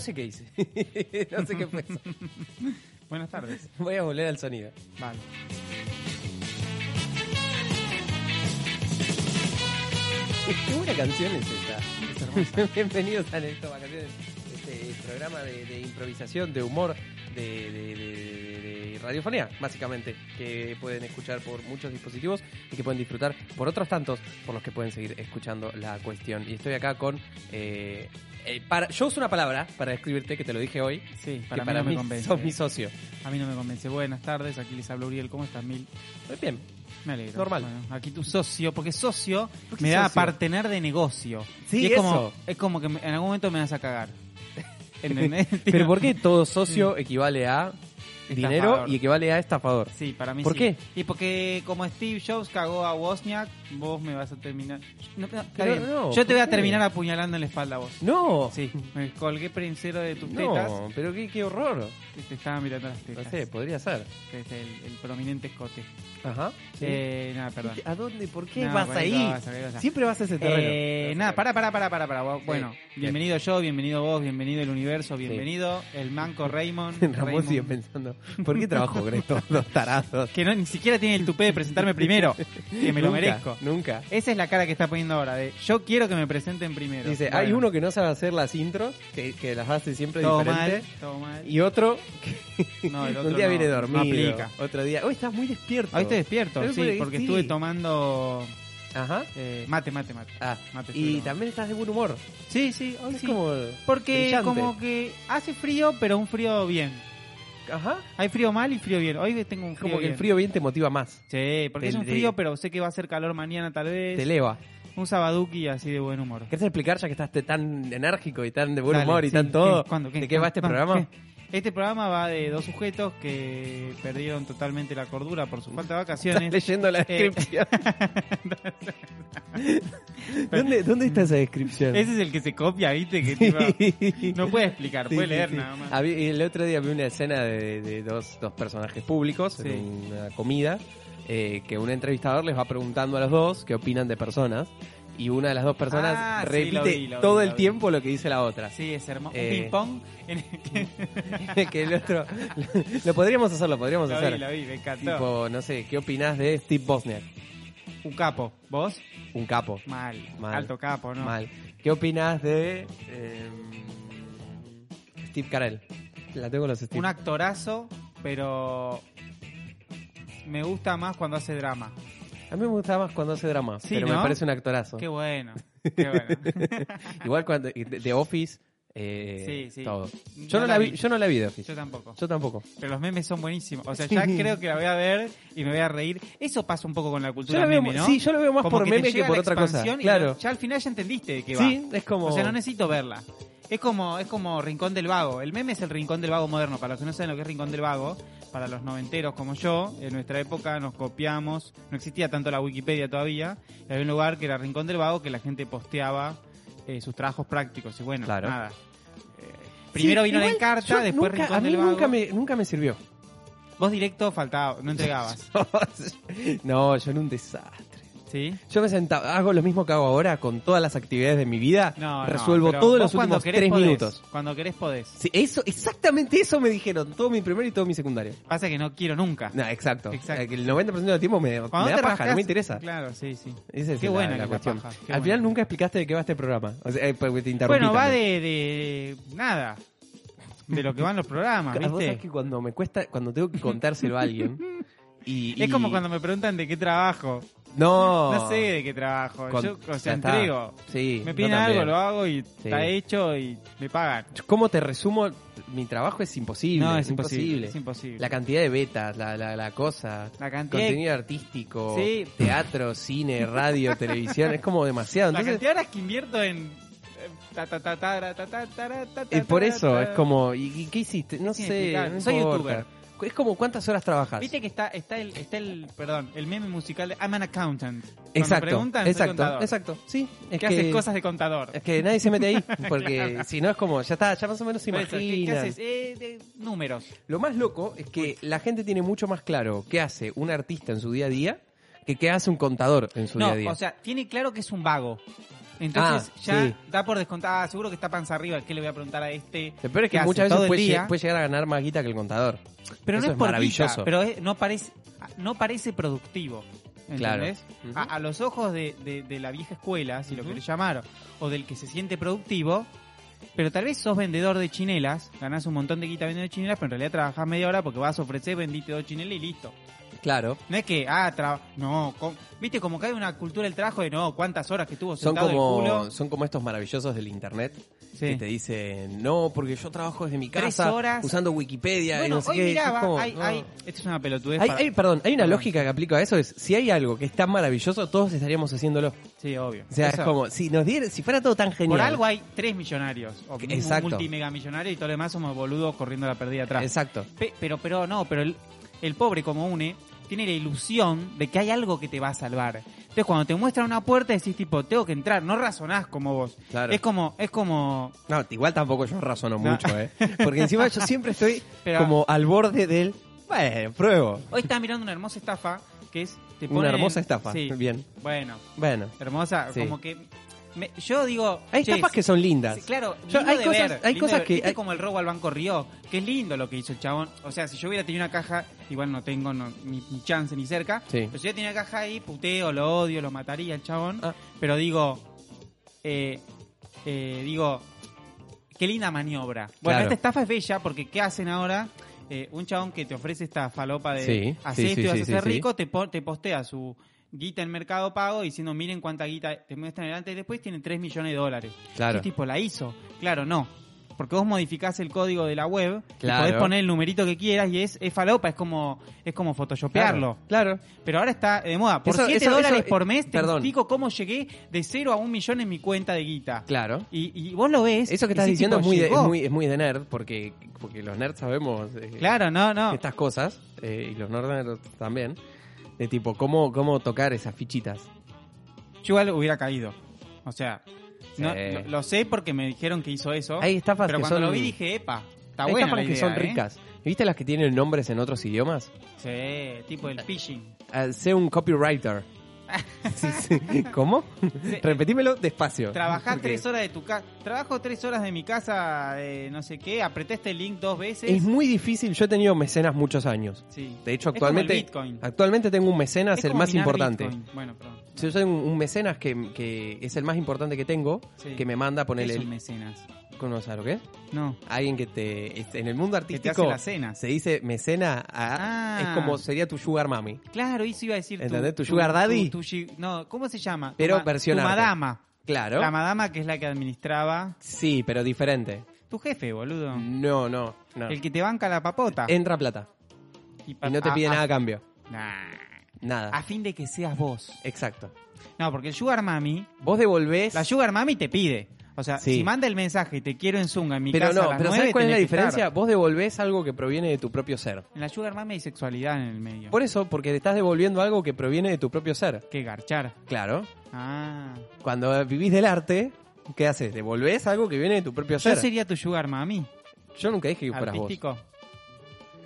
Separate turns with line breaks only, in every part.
sé qué hice. no sé qué fue eso.
Buenas tardes.
Voy a volver al sonido.
Vale.
Qué buena canción es
Es
esta.
hermosa.
Bienvenidos a Necesito Vacaciones, este programa de, de improvisación, de humor, de, de- de- de- de radiofonía, básicamente, que pueden escuchar por muchos dispositivos y que pueden disfrutar por otros tantos por los que pueden seguir escuchando la cuestión. Y estoy acá con... eh, eh, para, yo uso una palabra para describirte, que te lo dije hoy,
Sí,
que
para mí
para
no
mí
me convence. eh.
sos mi socio.
A mí no me convence. Buenas tardes, aquí les habla Uriel. ¿Cómo estás, Mil?
Muy Pues bien.
Me alegro.
Normal.
Bueno, aquí tu socio, porque socio
¿Por qué
me da
socio?
partener de negocio.
Sí,
Y es
eso.
como Es como que me- en algún momento me vas a cagar. ¿Entendés?
Pero ¿por qué todo socio equivale a dinero
Estafador.
y equivale a estafador?
Sí, para mí
¿Por
sí.
qué?
Y porque como Steve Jobs cagó a Wozniak, vos me vas a terminar... No, no, está
Pero
bien.
no,
Yo te voy
¿por
a
qué?
terminar apuñalando en la espalda a vos.
No.
Sí, me colgué princero de tus tetas.
No, pero qué, qué horror.
Te, te estaba mirando las
No
tetas.
sé, podría ser.
Que es el, el prominente escote.
Ajá.
Eh, nada, perdón.
¿A dónde? ¿Por qué
No,
vas
por
ahí?
ahí vas, ahí vas.
Siempre vas a ese terreno.
ah. Eh, nada, para, para, para, para, para. Bueno,
Sí.
bienvenido yo, bienvenido vos, bienvenido el universo, bienvenido el manco Raymond.
Ramón
Raymond.
sigue pensando, ¿por qué trabajo con estos dos tarados?
Que no, ni siquiera tiene el tupé de presentarme primero. Que me lo
Nunca,
merezco.
Nunca.
Esa es la cara que está poniendo ahora, de yo quiero que me presenten primero.
Dice,
Bueno,
hay uno que no sabe hacer las intros, que, que las hace siempre
todo
diferente.
mal, todo mal.
Y otro que
No, el
un
otro
día
no,
viene
no
dormido.
aplica. ¿Ah,
Otro día. Hoy estás muy despierto.
Hoy estoy despierto,
Pero
sí,
porque-
porque
sí.
estuve tomando
Ajá.
eh, mate, mate, mate.
Ah,
Mate,
y
estoy
también estás de buen humor.
Sí, sí, hoy
es
sí.
como.
Porque
brillante.
como que hace frío, pero un frío bien.
Ajá.
Hay frío mal y frío bien. Hoy tengo un frío
Como que el
bien.
frío bien te motiva más.
Sí, porque
Te-
es un
te-
frío, pero sé que va a hacer calor mañana tal vez.
Te eleva.
Un sabaduki así de buen humor.
¿Querés explicar ya que estás te- tan enérgico y tan de buen
Dale,
humor y
sí,
tan todo?
¿qué? ¿Cuándo? ¿Qué?
¿De qué va este
¿Cuándo?
programa?
¿Qué? Este programa va de dos sujetos que perdieron totalmente la cordura por su falta de
Estás
vacaciones.
leyendo la
Eh,
descripción. ¿Dónde, ¿Dónde está esa descripción?
Ese es el que se copia, ¿viste? Que tipo, no puede explicar,
Sí,
puede
sí,
leer
sí.
nada más.
Habí- el otro día vi una escena de, de dos, dos personajes públicos
Sí.
en una comida eh, que un entrevistador les va preguntando a los dos qué opinan de personas y una de las dos personas
Ah, sí,
repite
lo vi, lo vi,
todo
lo
el
vi.
tiempo lo que dice la otra.
Sí, es hermoso.
Eh,
Un ping-pong. en el que-
que el otro lo, podríamos hacer, lo podríamos
Lo
hacer.
vi, lo vi, me encantó.
tipo, no sé, ¿qué opinás de Steve Bosniak?
Un capo. ¿Vos?
Un capo.
Mal.
Mal.
Alto capo, ¿no?
Mal. ¿Qué opinas de eh, Steve Carell? La tengo con los Steve.
Un actorazo, pero me gusta más cuando hace drama.
A mí me gustaba más cuando hace drama,
Sí,
pero me
¿no?
parece un actorazo.
Qué bueno. Qué bueno.
Igual cuando de de Office, eh,
Sí, sí.
todo.
No
Yo no,
la
la vi,
vi.
yo no la vi de Office.
Yo tampoco.
Yo tampoco.
Pero los memes son buenísimos. O sea, ya creo que la voy a ver y me voy a reír. Eso pasa un poco con la
Yo
cultura
la veo,
meme, ¿no?
Sí, yo la veo más
Como
por
te
meme que
llega
por
la
otra cosa.
expansión y
Claro.
Ya al final ya entendiste de qué va.
Sí, es como
O sea, no necesito verla. Es como, es como Rincón del Vago. El meme es el Rincón del Vago moderno. Para los que no saben lo que es Rincón del Vago, para los noventeros como yo, en nuestra época nos copiamos. No existía tanto la Wikipedia todavía. Y había un lugar que era Rincón del Vago que la gente posteaba eh, sus trabajos prácticos. Y bueno,
Claro.
nada. Eh, Primero
Sí,
vino la
igual
encarta,
yo
después
nunca-
Rincón
a mí
del Vago.
nunca me nunca me sirvió.
Vos directo faltaba, no entregabas.
no, yo era un desastre.
¿Sí?
Yo me sentaba, hago lo mismo que hago ahora con todas las actividades de mi vida.
No, no,
resuelvo
pero
todos
vos
los
cuando
últimos
querés
tres
podés.
minutos.
Cuando querés podés.
Sí, eso, exactamente eso me dijeron, todo mi primero y todo mi secundario.
Pasa que no quiero nunca.
No, exacto.
Exacto.
Eh, que El 90% del tiempo me, me da paja, no
rascás-
me interesa.
Claro, sí, sí.
Esa es
Qué
la,
buena
la
que la
cuestión.
paja, qué
Al
buena.
final nunca explicaste de qué va este programa. O sea, eh, porque te interrumpí.
Bueno, va
también.
de, de nada. De lo que van los programas,
Ah, Vos sabés
¿viste?
que cuando me cuesta, cuando tengo que contárselo a alguien. Y,
Es
y-
como cuando me preguntan de qué trabajo.
No.
No sé de qué trabajo.
Oh. Con-
Yo, o
ya
sea,
está.
entrego.
Sí.
Me
yo también.
piden algo, lo hago y está
Sí.
hecho y me pagan.
¿Cómo te resumo? Mi trabajo es imposible.
no, es imposible. Es
La
imposible.
cantidad de betas, la, la, la cosa.
La cantidad,
Contenido artístico,
Sí.
teatro, cine, radio, televisión, es como demasiado.
la
Entonces,
cantidad de horas que invierto en... eh, ta, ta, ta, ta, ta, ta, ta, ta,
Eh,
ta,
por
ta,
eso
ta.
es como, ¿y y qué hiciste? No
Es
sé.
inexplicable.
no
Soy
importa.
youtuber.
Es como cuántas horas trabajas.
Viste que está, está el, está el, perdón, el meme musical de I'm an accountant. Cuando
exacto.
preguntan, soy
exacto.
contador.
Exacto. Sí. Es
que, haces cosas de contador.
Es que nadie se mete ahí. Porque si no es como, ya está, ya más o menos se
Por eso, ¿qué- ¿Qué,
imaginan.
haces? Eh, de números.
Lo más loco es que la gente tiene mucho más claro qué hace un artista en su día a día que qué hace un contador en su
no,
día a día.
o sea, tiene claro que es un vago. Entonces
Ah,
ya
sí.
da por descontada, seguro que está panza arriba, ¿qué le voy a preguntar a este?
Lo peor es que
¿Qué hace
muchas
todo
veces
el
puede,
día?
lle- puede llegar a ganar más guita que el contador.
Pero
Eso
no
es
es, por
maravilloso.
guita, pero es- no parece no parece productivo. ¿Entendés?
Claro. Ujú.
a, a los ojos de, de- de la vieja escuela, si lo
Ujú.
querés llamar, o del que se siente productivo, pero tal vez sos vendedor de chinelas, ganás un montón de guita vendiendo chinelas, pero en realidad trabajás media hora porque vas a ofrecer, vendiste dos chinelas y listo.
Claro.
No es que, ah, tra- no, com- viste como que hay una cultura del trabajo de no, cuántas horas que estuvo
Son
sentado el
como,
culo.
son como estos maravillosos del internet
Sí.
que te dicen, no, porque yo trabajo desde mi
Tres
casa
horas.
usando Wikipedia y
Bueno,
no sé
hoy
qué.
miraba,
Es como,
hay,
no.
hay- esto es una pelotudez.
Hay-
para-
hay- perdón, hay una
Perdón.
lógica que aplica a eso, es si hay algo que es tan maravilloso, todos estaríamos haciéndolo.
Sí, obvio.
O sea,
Eso.
es como, si nos diera, si fuera todo tan genial.
Por algo hay tres millonarios, o
Que-
mu-
exacto.
multimegamillonarios y todo lo demás somos boludos corriendo la pérdida atrás.
Exacto.
Pe- pero, pero no, pero el, el pobre como une tiene la ilusión de que hay algo que te va a salvar. Entonces cuando te muestran una puerta decís tipo, tengo que entrar, no razonás como vos.
Claro.
Es como, es como,
No, igual tampoco yo razono
No.
mucho, ¿eh? Porque encima yo siempre estoy
Pero-
como al borde del, bueno, pruebo.
hoy estás mirando una hermosa estafa que es... Te
Una
ponen-
hermosa estafa.
Sí,
Bien.
bueno,
Bueno.
hermosa,
Sí.
como que... me- yo digo...
Hay
che,
etapas que son lindas.
Sí, claro,
Yo-
lindo
hay
de
cosas-
ver,
hay
lindo
cosas
de ver.
que-
Viste
hay-
como el robo al Banco Río, que es lindo lo que hizo el chabón. O sea, si yo hubiera tenido una caja, igual no tengo no- ni, ni chance ni cerca.
Sí.
Pero si yo tenía una caja ahí, puteo, lo odio, lo mataría el chabón.
Ah.
Pero digo, eh, eh, digo, qué linda maniobra. Bueno,
Claro.
esta estafa es bella porque ¿qué hacen ahora? Eh, un chabón que te ofrece esta falopa de
Sí,
hacer
sí,
esto
sí,
y vas
sí,
a ser
sí, sí.
rico, te, po- te postea su guita en Mercado Pago diciendo miren cuánta guita te muestran delante y después tienen 3 millones de dólares.
Claro.
¿Qué tipo la hizo? Claro, no. Porque vos modificás el código de la web, y
Claro.
podés poner el numerito que quieras y es, es falopa, es como es como photoshopearlo.
Claro.
Pero ahora está de moda. Por
Eso-
7
eso-
dólares
eso-
por mes te
perdón.
explico cómo llegué de 0 a 1 millón en mi cuenta de guita.
Claro.
Y, y vos lo ves.
Eso que
y
estás
decís,
diciendo es
tipo,
muy, de, es,
llegó.
muy, es muy de nerd, porque, porque los nerds sabemos eh,
Claro, no, no.
estas cosas, eh, y los northerners también, de tipo, cómo, cómo tocar esas fichitas.
Yo igual hubiera caído. O sea,
Sí.
no- lo, lo sé porque me dijeron que hizo eso.
Hay estafas
pero
que
cuando
son-
lo vi dije, epa, está
Hay
buena
tapas
la
que
idea,
son
¿eh?".
ricas. ¿Viste las que tienen nombres en otros idiomas?
Sí, tipo el phishing.
Ah, sé un copywriter. Sí, sí. ¿Cómo? Repetímelo despacio.
Trabajá
Porque
tres horas de tu casa. Trabajo tres horas de mi casa, de no sé qué. Apreté este link dos veces.
Es muy difícil. Yo he tenido mecenas muchos años.
Sí.
De hecho,
Es como el
actualmente,
Bitcoin.
actualmente tengo un mecenas,
Es
el
como
más
minar
importante.
Bitcoin. Bueno, perdón.
Yo soy un, un mecenas que, que es el más importante que tengo,
Sí.
que me manda a ponerle
Es un
el...
mecenas.
¿Conoces algo que es?
No.
Alguien que te... es- En el mundo
Que te hace
artístico
la cena.
se dice mecena, a-
Ah.
es como sería tu sugar mami.
Claro, eso iba a decir.
¿Entendés? ¿Tu sugar daddy?
tu shi- no, ¿cómo se llama?
Pero
Tu ma-
versionarte.
Tu madama.
Claro.
La madama que es la que administraba.
Sí, pero diferente.
Tu jefe, boludo.
No, no, no.
El que Ah, te banca la papota.
Entra plata y
pa-
no te
a-
pide
a-
nada a cambio.
Nah.
Nada.
A fin de que seas vos.
Exacto.
No, porque el Sugar Mami.
Vos devolvés...
La Sugar Mami te pide. O sea,
Sí.
si manda el mensaje, te quiero en Zunga, en mi
Pero
casa. a
no,
las
pero
nueve,
¿sabes cuál es la
tenés que
diferencia?
estar.
Vos devolvés algo que proviene de tu propio ser.
En la Sugar Mami hay sexualidad en el medio.
Por eso, porque te estás devolviendo algo que proviene de tu propio ser.
Que garchar.
Claro.
Ah.
Cuando vivís del arte, ¿qué haces? Devolvés algo que viene de tu propio
Yo
ser.
sería tu Sugar Mami.
Yo nunca dije que fueras vos.
Artístico.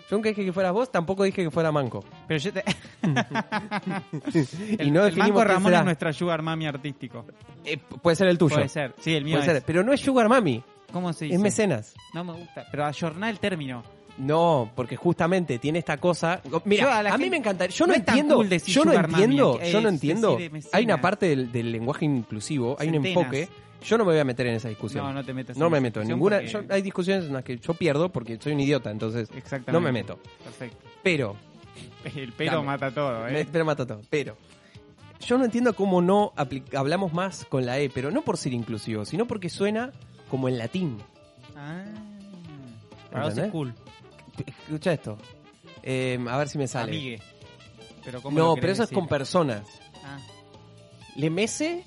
Yo nunca dije que fueras vos, tampoco dije que fuera Manco.
Pero yo te...
y no
el Banco
definimos quién
Ramón
será.
es nuestra Sugar Mami artístico.
Eh, p- puede ser el tuyo.
Puede ser. Sí, el mío
Puede ser.
es.
Pero no es Sugar Mami,
¿Cómo se dice?
es mecenas.
No me gusta. Pero ayorná el término.
No, porque justamente tiene esta cosa.
Yo
Mira, a,
a la
mí
gente-
me encantaría. Yo no,
no es tan
entiendo.
cool decir
yo no
sugar mami,
entiendo.
eh,
yo no
decir
entiendo.
de mecenas.
Hay una parte del, del lenguaje inclusivo, hay un
Centenas.
enfoque. Yo no me voy a meter en esa discusión.
No, no te metas. en
No
esa
me meto en
discusión
ninguna.
porque-
yo- hay discusiones en las que yo pierdo porque soy un idiota, entonces
Exactamente.
no me meto.
Perfecto.
Pero,
El pelo
Dame.
mata todo,
me-
¿eh?
pero mata todo. Pero, yo no entiendo cómo no apli- hablamos más con la E, pero no por ser inclusivo, sino porque suena como en latín.
Ah. Para vos
¿Entendés?
es cool.
Escucha esto. Eh, a ver si me sale.
Amigue. Pero ¿cómo
no,
lo
pero
querés
eso es con
decir?
personas.
Ah.
Le mece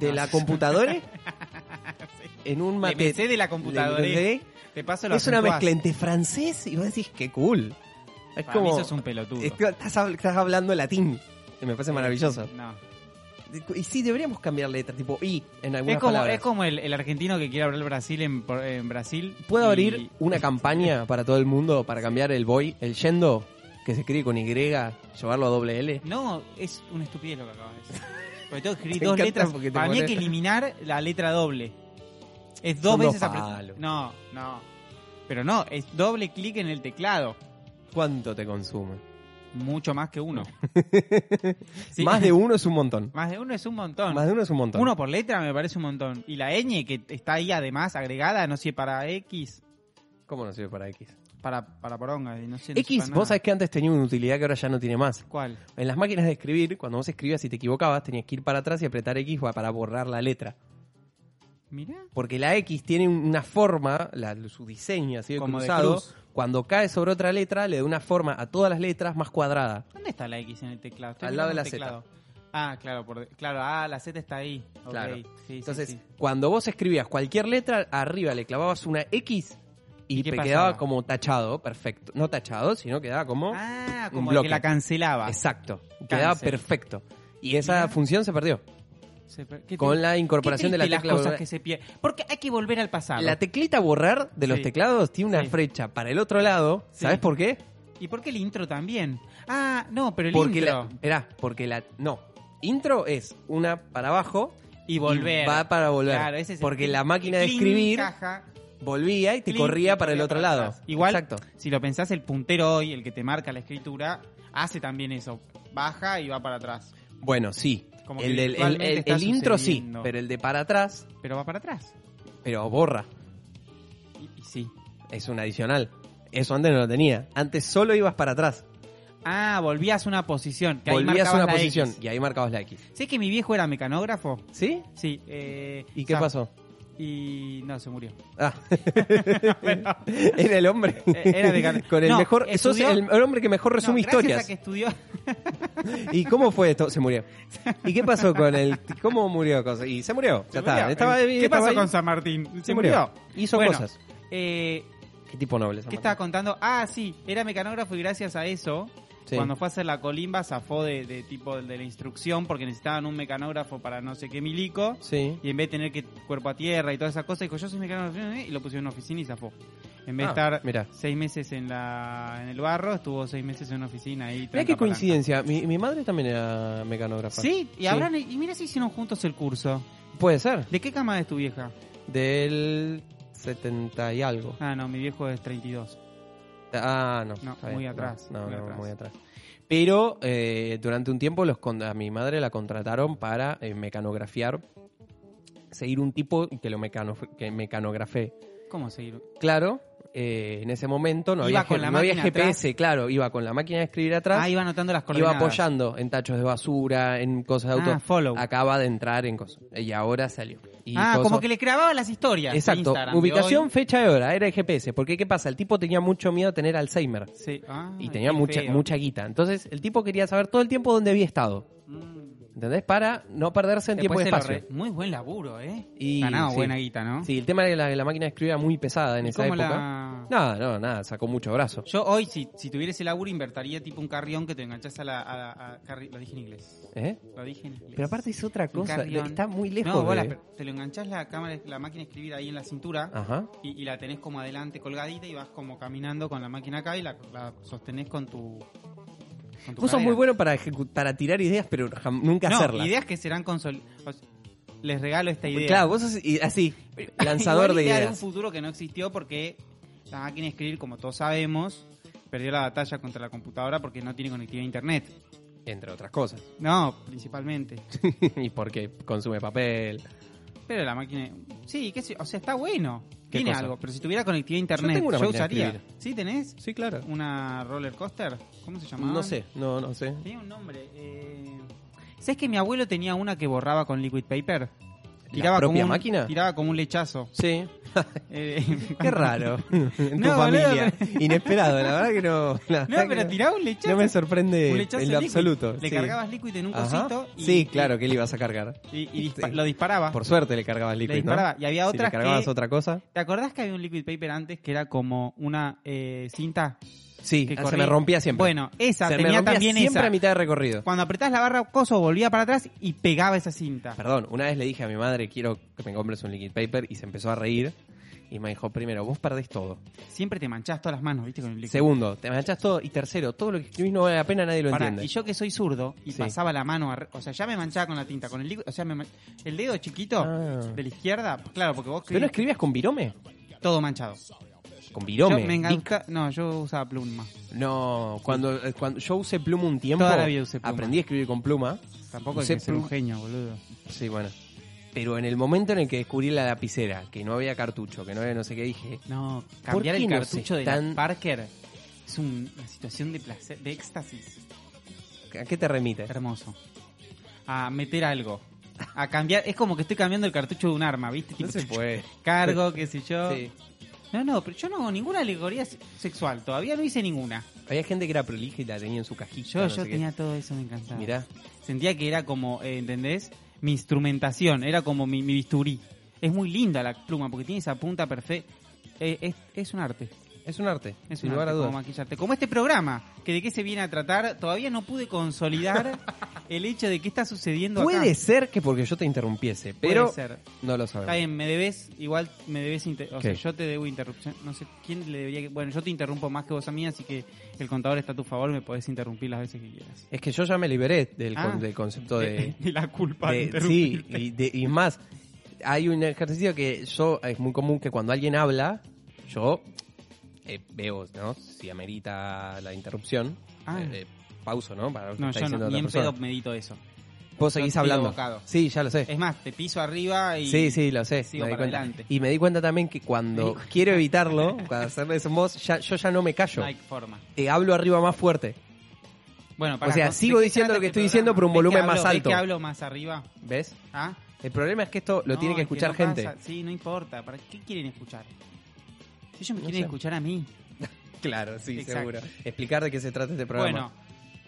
de
No.
la computadora en un
Le
mate.
pensé de la computadora.
Le mecé.
Te paso lo
Es una
acentuás.
mezcla entre francés y vos decís, qué cool. Es
Para mí
como.
sos un pelotudo.
Es que estás, hab- estás hablando latín. que Me parece maravilloso.
No.
Y sí, deberíamos cambiar letra, tipo I en algunas
Es como,
palabras.
es como el, el argentino que quiere hablar Brasil en, por- en Brasil.
¿Puedo
y-
abrir una campaña para todo el mundo para cambiar el voy, el yendo que se escribe con Y, llevarlo a doble L.
No, es una estupidez lo que acabas de decir. Porque tengo que escribir
Te
dos
encanta
letras.
porque te
Para mí hay
pone-
que eliminar la letra doble. Es dos
Son dos
veces apre-
palos.
No, no. Pero no, es doble clic en el teclado.
¿Cuánto te consume?
Mucho más que uno. Sí.
Más de uno es un montón.
Más de uno es un montón.
Más de uno es un montón.
Uno por letra me parece un montón. Y la ñ que está ahí además agregada, no sé, para X,
¿Cómo no sirve para X?
para, para poronga, y no sé. no
X,
sepa
vos
nada.
sabés que antes tenía una utilidad que ahora ya no tiene más.
¿Cuál?
En las máquinas de escribir, cuando vos escribías y te equivocabas, tenías que ir para atrás y apretar X para borrar la letra.
Mirá.
Porque la X tiene una forma, la- su diseño así de
Como de
cruzado,
cruz.
cuando cae sobre otra letra, le da una forma a todas las letras más cuadrada.
¿Dónde está la X en el teclado?
Al lado de
mirando
la
un teclado. Ah, claro, por de- claro, ah, la Z está ahí. Ok,
Claro.
sí, sí,
Entonces,
sí.
cuando vos escribías cualquier letra, arriba le clavabas una X y
qué
te
pasaba?
quedaba como tachado, perfecto. No tachado, sino quedaba como...
Ah,
un
como el
bloque.
que la cancelaba.
Exacto. Quedaba
Cáncer.
perfecto. Y esa
Mirá.
función se perdió.
Se per- ¿Qué
Con
te-
la incorporación
qué
de la
triste
tecla
las cosas
borrar.
que se pierden. Porque hay que volver al pasado.
La teclita borrar de los
Sí.
teclados tiene una
Sí.
flecha para el otro lado.
Sí.
¿Sabes por qué?
¿Y por qué el intro también? Ah, no, pero el
porque
intro.
la. Esperá, porque la. No. Intro es una para abajo.
Y volver.
va para volver.
Claro, ese es el
porque
clic-
la máquina de
clic,
escribir
caja,
volvía y te
clic,
corría
y
para el otro lado.
atrás. Igual,
Exacto.
si lo pensás, el puntero hoy, el que te marca la escritura, hace también eso. Baja y va para atrás.
Bueno, sí.
Como que
el del- el-
virtualmente
el-
está
el intro sí,
sucediendo.
pero el de para atrás,
Pero va para atrás.
pero borra.
Y, y sí.
Es un adicional. Eso antes no lo tenía. Antes solo ibas para atrás.
Ah, volvías a una posición. Que ahí
Volvías a
marcabas
una
la
posición
X.
y ahí marcabas la X.
Sé que mi viejo era mecanógrafo.
¿Sí?
Sí. eh,
¿Y qué
o sea,
pasó?
Y no, se murió.
Ah. Era el hombre.
Eh, era de-
Con el
No,
mejor. sos
estudió-
el, el hombre que mejor resume
No, gracias
historias.
a que estudió.
¿Y cómo fue esto? Se murió. ¿Y qué pasó con el.? ¿Cómo murió? cosa? Y se murió. ya
Se
está.
murió.
Estaba,
¿Qué
estaba
pasó
ahí,
con San Martín? Se,
Se murió.
murió.
Hizo
Bueno,
cosas.
Eh,
Qué tipo noble. San
¿Qué estaba
Martín.
contando? Ah, sí, era mecanógrafo y gracias a eso,
Sí.
cuando fue a hacer la colimba, zafó de, de tipo de la instrucción porque necesitaban un mecanógrafo para no sé qué milico.
Sí.
Y en vez de tener que cuerpo a tierra y todas esas cosas, dijo, yo soy mecanógrafo eh, y lo pusieron en una oficina y zafó. En vez de
Ah,
estar
mirá.
seis meses en, la, en el barro, estuvo seis meses en una oficina ahí.
Mirá
tranca
qué
palanca.
coincidencia. Mi, mi madre también era mecanógrafa.
Sí, y habrán, y mira si hicieron juntos el curso.
Puede ser.
¿De qué cama es tu vieja?
Del 70 y algo.
Ah, no, mi viejo es 32.
Ah, no.
No,
está bien.
muy atrás,
No, no,
muy
no,
atrás.
muy atrás. Pero eh, durante un tiempo los con- a mi madre la contrataron para eh, mecanografiar, seguir un tipo que lo mecano que mecanografé.
¿Cómo seguir?
Claro, eh, en ese momento no
Iba
había,
con
G-
la
no había
máquina
GPS, claro, iba con la máquina de escribir atrás,
Ah, iba anotando las
iba
coordenadas.
apoyando en tachos de basura, en cosas de auto.
Ah, follow.
Acaba de entrar en cosas y ahora salió. Y
ah,
coso-
como que le grababa las historias. de
Exacto,
Instagram de
ubicación,
hoy.
fecha y hora, era el GPS, porque ¿qué pasa? El tipo tenía mucho miedo a tener Alzheimer.
Sí. Ah,
Y tenía
qué
mucha,
feo.
mucha guita. Entonces, el tipo quería saber todo el tiempo dónde había estado.
Mm.
¿Entendés? Para no perderse en tiempo y
Después se lo
espacio.
re- Muy buen laburo, ¿eh?
Y-
Ganaba
sí.
buena guita, ¿no?
Sí, el tema de la, de la máquina de escribir era muy pesada en
¿Y
esa
cómo
época.
la-
Nada, no, nada, sacó mucho brazo.
Yo hoy, si, si tuviera ese laburo, invertiría tipo un carrión que te enganchas a la... a la- a carri- Lo dije en inglés.
¿Eh?
Lo dije en inglés.
Pero aparte es otra
Un
cosa,
carrión.
está muy lejos.
No, vos la-
de- Ah.
te lo enganchás la, cámara, la máquina de escribir ahí en la cintura
Ajá.
y, y la tenés como adelante colgadita y vas como caminando con la máquina acá y la, la sostenés con tu... con tu
Vos sos
cadera.
muy bueno para, ejecu- para tirar ideas, pero jam- nunca
no,
hacerlas.
ideas que serán consol... o sea, les regalo esta idea.
Claro, vos sos i- así, lanzador
Igual
de
idea un
ideas.
futuro que no existió porque la máquina de escribir, como todos sabemos, perdió la batalla contra la computadora porque no tiene conectividad a internet.
Entre otras cosas.
No, principalmente.
y porque consume papel.
Pero la máquina. Sí, qué sé- o sea, está bueno.
¿Qué
Tiene
cosa?
algo, pero si tuviera conectividad a internet, yo,
tengo una máquina de
usaría.
escribir.
¿Sí tenés?
Sí, claro.
¿Una roller coaster? ¿Cómo se llamaba?
No sé, no, no sé.
Tenía un nombre. Eh... ¿Sabes que mi abuelo tenía una que borraba con liquid paper?
propia
como un-
máquina?
Tiraba como un lechazo.
Sí.
Eh,
Qué raro. en tu
No,
familia.
boludo,
Inesperado, la verdad que no. la verdad
No,
que
pero
no.
tiraba un lechazo.
No me sorprende
Un lechazo
en lo
líquido.
absoluto.
Le
sí.
cargabas líquido en un
Ajá.
cosito y,
Sí, claro que le ibas a cargar.
y, y dispa-
Sí.
lo disparaba.
Por suerte le cargabas líquido.
le disparaba.
¿no?
Y había
Si le
otras
cargabas
que...
otra cosa.
¿Te acordás que había un liquid paper antes que era como una eh, cinta?
Sí,
que
ah, se
corría?
me rompía siempre.
Bueno, esa
se me
tenía
rompía
también
siempre
esa.
a mitad de recorrido.
Cuando apretás la barra, coso volvía para atrás y pegaba esa cinta.
Perdón, una vez le dije a mi madre, quiero que me compres un liquid paper y se empezó a reír. Y me dijo, primero, vos perdés todo.
Siempre te manchás todas las manos, ¿viste? Con el líquido.
Segundo, te manchás todo. Y tercero, todo lo que escribís no vale la pena, nadie lo
Pará,
entiende.
y yo que soy zurdo y
Sí.
pasaba la mano, arri- o sea, ya me manchaba con la tinta, con el líquido, o sea, me man- el dedo chiquito
Ah.
de la izquierda, pues claro, porque vos
¿Pero no
escribís
escribías con virome?
todo manchado.
Con
Yo
virome.
me
Vic.
encanta, no, yo usaba pluma,
No, cuando, eh, cuando yo usé pluma un tiempo,
Toda la vida usé pluma.
aprendí a escribir con pluma.
tampoco hay
Usé
que ser un
pluma.
genio, boludo.
Sí, bueno. Pero en el momento en el que descubrí la lapicera, que no había cartucho, que no había no sé qué, dije,
No, cambiar
qué
el
no
cartucho
se
de la
están-
Parker es un- una situación de placer, de éxtasis
¿a qué te remite?
hermoso. A meter algo, a cambiar, es como que estoy cambiando el cartucho de un arma, ¿viste?
No
Tipo,
se puede.
cargo, qué sé yo.
Sí.
No, no, pero yo no hago ninguna alegoría se- sexual, todavía no hice ninguna.
Había gente que era prolija y la tenía en su cajita.
Yo,
no
yo
sé qué.
tenía todo eso, me encantaba.
Mirá,
Sentía que era como, eh, ¿entendés? Mi instrumentación, era como mi, mi bisturí. Es muy linda la pluma porque tiene esa punta perfecta. es, es un arte,
es un arte,
es
sin
un
lugar
arte
a
como
dudas.
maquillarte. Como este programa, que de qué se viene a tratar, todavía no pude consolidar el hecho de qué está sucediendo acá.
Puede ser que porque yo te interrumpiese,
Puede
pero
ser.
no lo
Está
sabemos.
bien, me debes, igual me debes, inter- o sea,
¿Qué?
yo te debo interrupción, no sé quién le debería, que- bueno, yo te interrumpo más que vos a mí, así que el contador está a tu favor, me podés interrumpir las veces que quieras.
Es que yo ya me liberé del, con-
Ah.
del concepto de...
Ni la culpa de
de-
interrumpir.
sí, y, de- y más, hay un ejercicio que yo, es muy común que cuando alguien habla, yo eh, veo, ¿no? Si amerita la interrupción,
Ah.
eh, eh, pauso, ¿no? Para ver qué
No,
está
yo
diciendo
no,
otra
ni en
persona.
pedo medito eso.
Vos seguís
tiro
hablando.
bocado.
Sí, ya lo sé.
Es más, te piso arriba y...
Sí, sí, lo sé.
sigo
me di
para
cuenta.
adelante.
Y me di cuenta también que
Me
cuando
di cu-
quiero evitarlo, cuando hacerle eso en voz, ya, yo ya no me callo.
No hay forma.
Te hablo arriba más fuerte.
Bueno,
O sea, sigo diciendo lo
este
que estoy diciendo, pero un volumen más alto.
que hablo más arriba?
¿Ves?
¿Ah?
El problema es que esto lo
No,
tiene que
es
escuchar
no
gente.
pasa. Sí, no importa. ¿Para qué quieren escuchar? Ellos me
No
quieren
sé.
escuchar a mí.
Claro, sí,
Exacto.
seguro. Explicar de qué se trata este programa.
Bueno,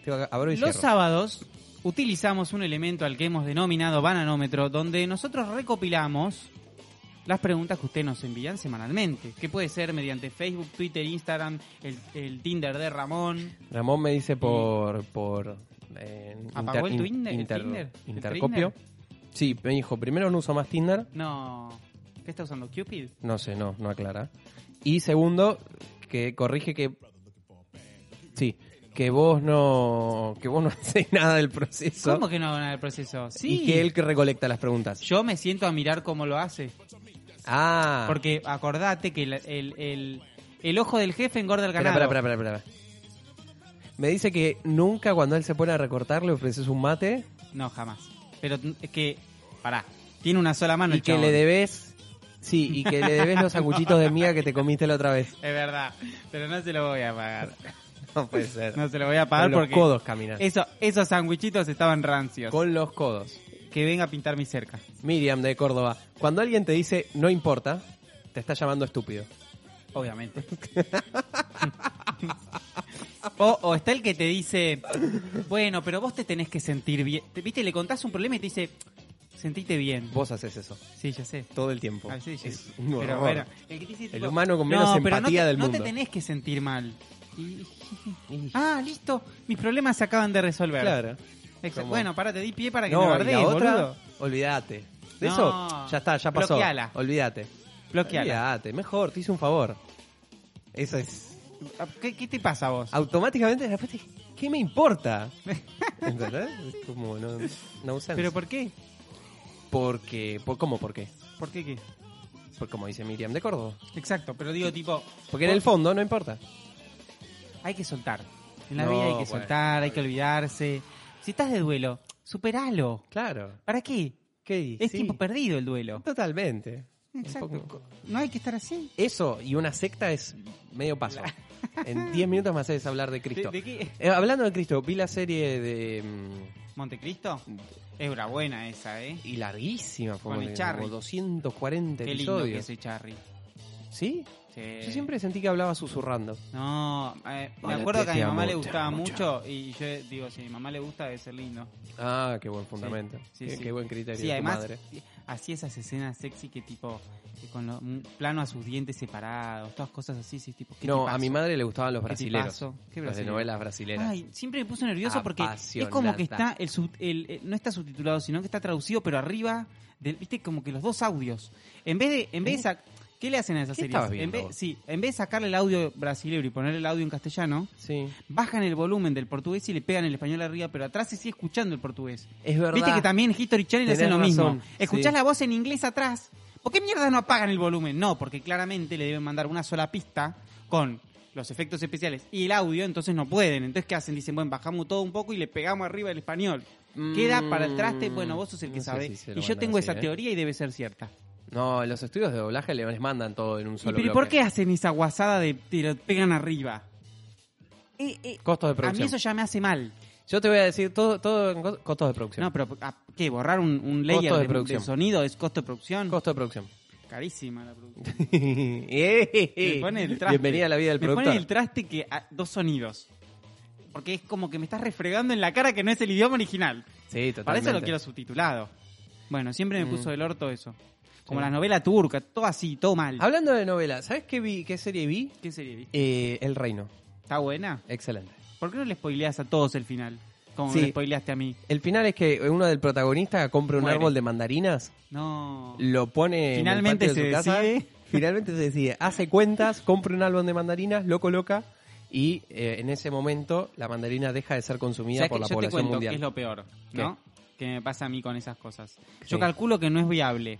Te va- abro y
Los
cierro.
sábados utilizamos un elemento al que hemos denominado bananómetro, donde nosotros recopilamos las preguntas que ustedes nos envían semanalmente, que puede ser mediante Facebook, Twitter, Instagram, el, el Tinder de Ramón.
Ramón me dice por. por eh,
¿Apagó el
in-
Tinder? ¿El Tinder? ¿El
intercopio. Sí, me dijo, primero no uso más Tinder.
No, ¿qué está usando Cupid?
No sé, no, no aclara. Y segundo, que corrige que. Sí, que vos no. Que vos no hacés nada del proceso.
¿Cómo que no hago nada del proceso? Sí,
Y que él que recolecta las preguntas.
yo me siento a mirar cómo lo hace,
Ah.
porque acordate que el, el- el- el ojo del jefe engorda el
Espera,
ganado.
espera, espera, espera, espera. Me dice que nunca cuando él se pone a recortar le ofreces un mate
No, jamás. Pero t- es que, pará, tiene una sola mano
y
el
que
chabón.
le debes. Sí, y que le debes los sanguchitos de miga que te comiste la otra vez.
Es verdad, pero no se lo voy a pagar.
No puede ser.
No se lo voy a pagar
Con los
porque
codos caminar.
eso, esos sandwichitos estaban rancios.
Con los codos.
Que venga a pintar mi cerca.
Miriam de Córdoba, cuando alguien te dice no importa, te está llamando estúpido.
Obviamente. o, o está el que te dice, bueno, pero vos te tenés que sentir bien. Te- Viste, le contás un problema y te dice, sentite bien.
Vos haces eso
Sí, ya sé.
todo el tiempo.
Ah, sí, sí.
Es un
Pero
horror.
bueno, el, que te dice,
El humano con menos
"No, pero no
empatía
te-
del
No
mundo".
te tenés que sentir mal. Y- ah, listo. Mis problemas se acaban de resolver.
Claro.
Exacto.
Como-
Bueno, pará, te di pie para que me
No, y
bardees,
la otra,
boludo.
olvídate. De
No.
eso ya está, ya pasó.
Bloqueala.
Olvídate.
Bloqueala.
Olvídate. Mejor, te hice un favor. Eso es.
Ah, ¿Qué, qué te pasa a vos?
Automáticamente después te- ¿qué me importa? ¿Entendés? Es como no, no sense.
¿Pero por qué?
porque, por, ¿cómo por qué?
¿Por qué qué?
Por, como dice Miriam de Córdoba.
Exacto, pero digo tipo,
Porque en el fondo no importa.
hay que soltar. En la
No,
vida hay que
bueno,
soltar, hay que olvidarse. Si estás de duelo, superalo.
Claro.
¿Para qué?
¿Qué?
Es
Sí.
tiempo perdido el duelo.
Totalmente.
Exacto.
poco.
No hay que estar así.
Eso y una secta es medio paso. En 10 minutos me haces hablar de Cristo.
¿De, de qué?
Eh, hablando de Cristo, vi la serie de. mm,
¿Montecristo? Es una buena esa, ¿eh?
y larguísima, fue
Con el
como,
Charry.
como 240
Qué lindo que Eh.
episodios.
soy Charry.
¿Sí?
Sí.
Yo siempre sentí que hablaba susurrando.
No, eh, me
Hola, te-
acuerdo que a mi
te
mamá
amo,
le
te
gustaba
amo,
mucho y yo digo, si a mi mamá le gusta debe ser lindo.
Ah, qué buen fundamento.
Sí,
qué,
sí.
qué buen criterio
Sí,
de tu
además,
madre.
así esas escenas sexy que tipo, que con los un plano a sus dientes separados, todas cosas así, sí, tipo, ¿qué
No,
tipazo?
a mi madre le gustaban los
¿Qué
brasileros.
tipazo? ¿Qué
Los de
brasilero?
novelas brasileras.
Ay, siempre me puso nervioso porque es como que
Apasionada.
está, el, sub- el- eh, no está subtitulado, sino que está traducido, pero arriba, del, viste, como que los dos audios. En vez de, en vez de sac- ¿Qué le hacen a esas
Uh. ¿Qué
series?
estabas
en,
viendo
vez,
vos?
sí, en vez de sacarle el audio brasileño y ponerle el audio en castellano,
Sí.
bajan el volumen del portugués y le pegan el español arriba, pero atrás se sigue escuchando el portugués.
Es verdad.
Viste que también History Channel
Tenés
hacen lo
razón,
mismo. Escuchás
sí.
la voz en inglés atrás. ¿Por qué mierda no apagan el volumen? No, porque claramente le deben mandar una sola pista con los efectos especiales y el audio, entonces no pueden. Entonces, ¿qué hacen? Dicen, bueno, bajamos todo un poco y le pegamos arriba el español. Queda para el traste, bueno, vos sos el
Mm, No
que
sé
sabe.
si se lo
y yo
mandan
tengo
así,
esa
¿eh?
teoría y debe ser cierta.
No, los estudios de doblaje le- les mandan todo en un
¿Y
solo
pero ¿y
bloque.
por qué hacen esa guasada de te lo pegan arriba?
Costos de
A mí
producción.
eso ya me hace mal.
Yo te voy a decir todo, todo en cos- costos de producción.
No, pero ¿a ¿qué? ¿Borrar un, un layer
Costo de
de,
producción.
de sonido es costo de producción?
Costo de producción.
Carísima la producción.
Me
Me pone el traste.
Bienvenida a la vida del
me
productor.
pone el traste que a- dos sonidos. Porque es como que me estás refregando en la cara que no es el idioma original.
Sí, totalmente.
Para eso lo quiero subtitulado. Bueno, siempre me
Mm.
puso del orto eso. Como
Sí.
la novela turca, todo así, todo mal.
Hablando de novela, ¿sabes qué vi? ¿Qué serie vi?
¿Qué serie viste?
Eh, el Reino.
¿Está buena?
Excelente.
¿Por qué no le spoileas a todos el final? Como
Sí.
le spoileaste a mí.
El final es que uno del protagonista compra un
Muere.
árbol de mandarinas,
No.
lo pone
Finalmente
en el patio de
se
su casa.
decide.
Finalmente se decide, hace cuentas, compra un árbol de mandarinas, lo coloca y eh, en ese momento la mandarina deja de ser consumida
¿Sabes
por
que
la
yo te
población
cuento
mundial.
que es lo peor, ¿no? Que me pasa a mí con esas cosas.
Sí.
Yo calculo que no es viable.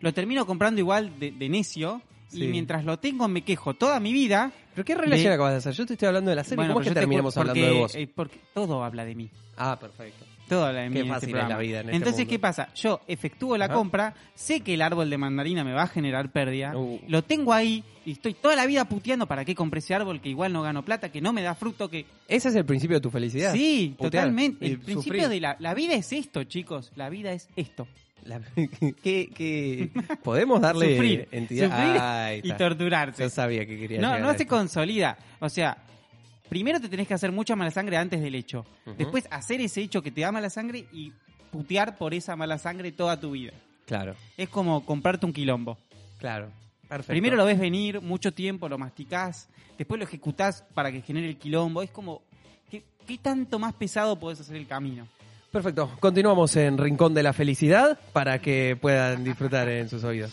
Lo termino comprando igual de, de necio
Sí.
y mientras lo tengo me quejo toda mi vida.
¿Pero qué relación
Me-
acabas de hacer? Yo te estoy hablando de la serie,
Bueno,
¿cómo es que
pero yo te
terminamos
cu-
hablando
porque-
de vos?
eh, porque todo habla de mí.
Ah, perfecto.
Todo habla de mí.
Qué
en este
fácil es
programa.
la vida en este
Entonces,
mundo.
¿qué pasa? Yo efectúo la
Ajá.
compra, sé que el árbol de mandarina me va a generar pérdida,
Uh.
lo tengo ahí y estoy toda la vida puteando para qué compré ese árbol que igual no gano plata, que no me da fruto, que
¿Ese es el principio de tu felicidad?
Sí,
Putear
totalmente.
y
El principio
sufrir.
de la, la vida es esto, chicos. La vida es esto.
La- que, que- podemos darle
sufrir.
entidad
sufrir
Ah, ahí
y
está.
torturarse.
Yo sabía que quería
No,
llegar
no
a
se
esto.
consolida. O sea, primero te tenés que hacer mucha mala sangre antes del hecho.
Ujú.
Después hacer ese hecho que te da mala sangre y putear por esa mala sangre toda tu vida.
Claro,
Es como comprarte un quilombo.
claro. Perfecto.
Primero lo ves venir mucho tiempo, lo masticás, después lo ejecutás para que genere el quilombo. Es como, ¿qué, qué tanto más pesado podés hacer el camino?
Perfecto. Continuamos en Rincón de la Felicidad para que puedan disfrutar en sus oídos.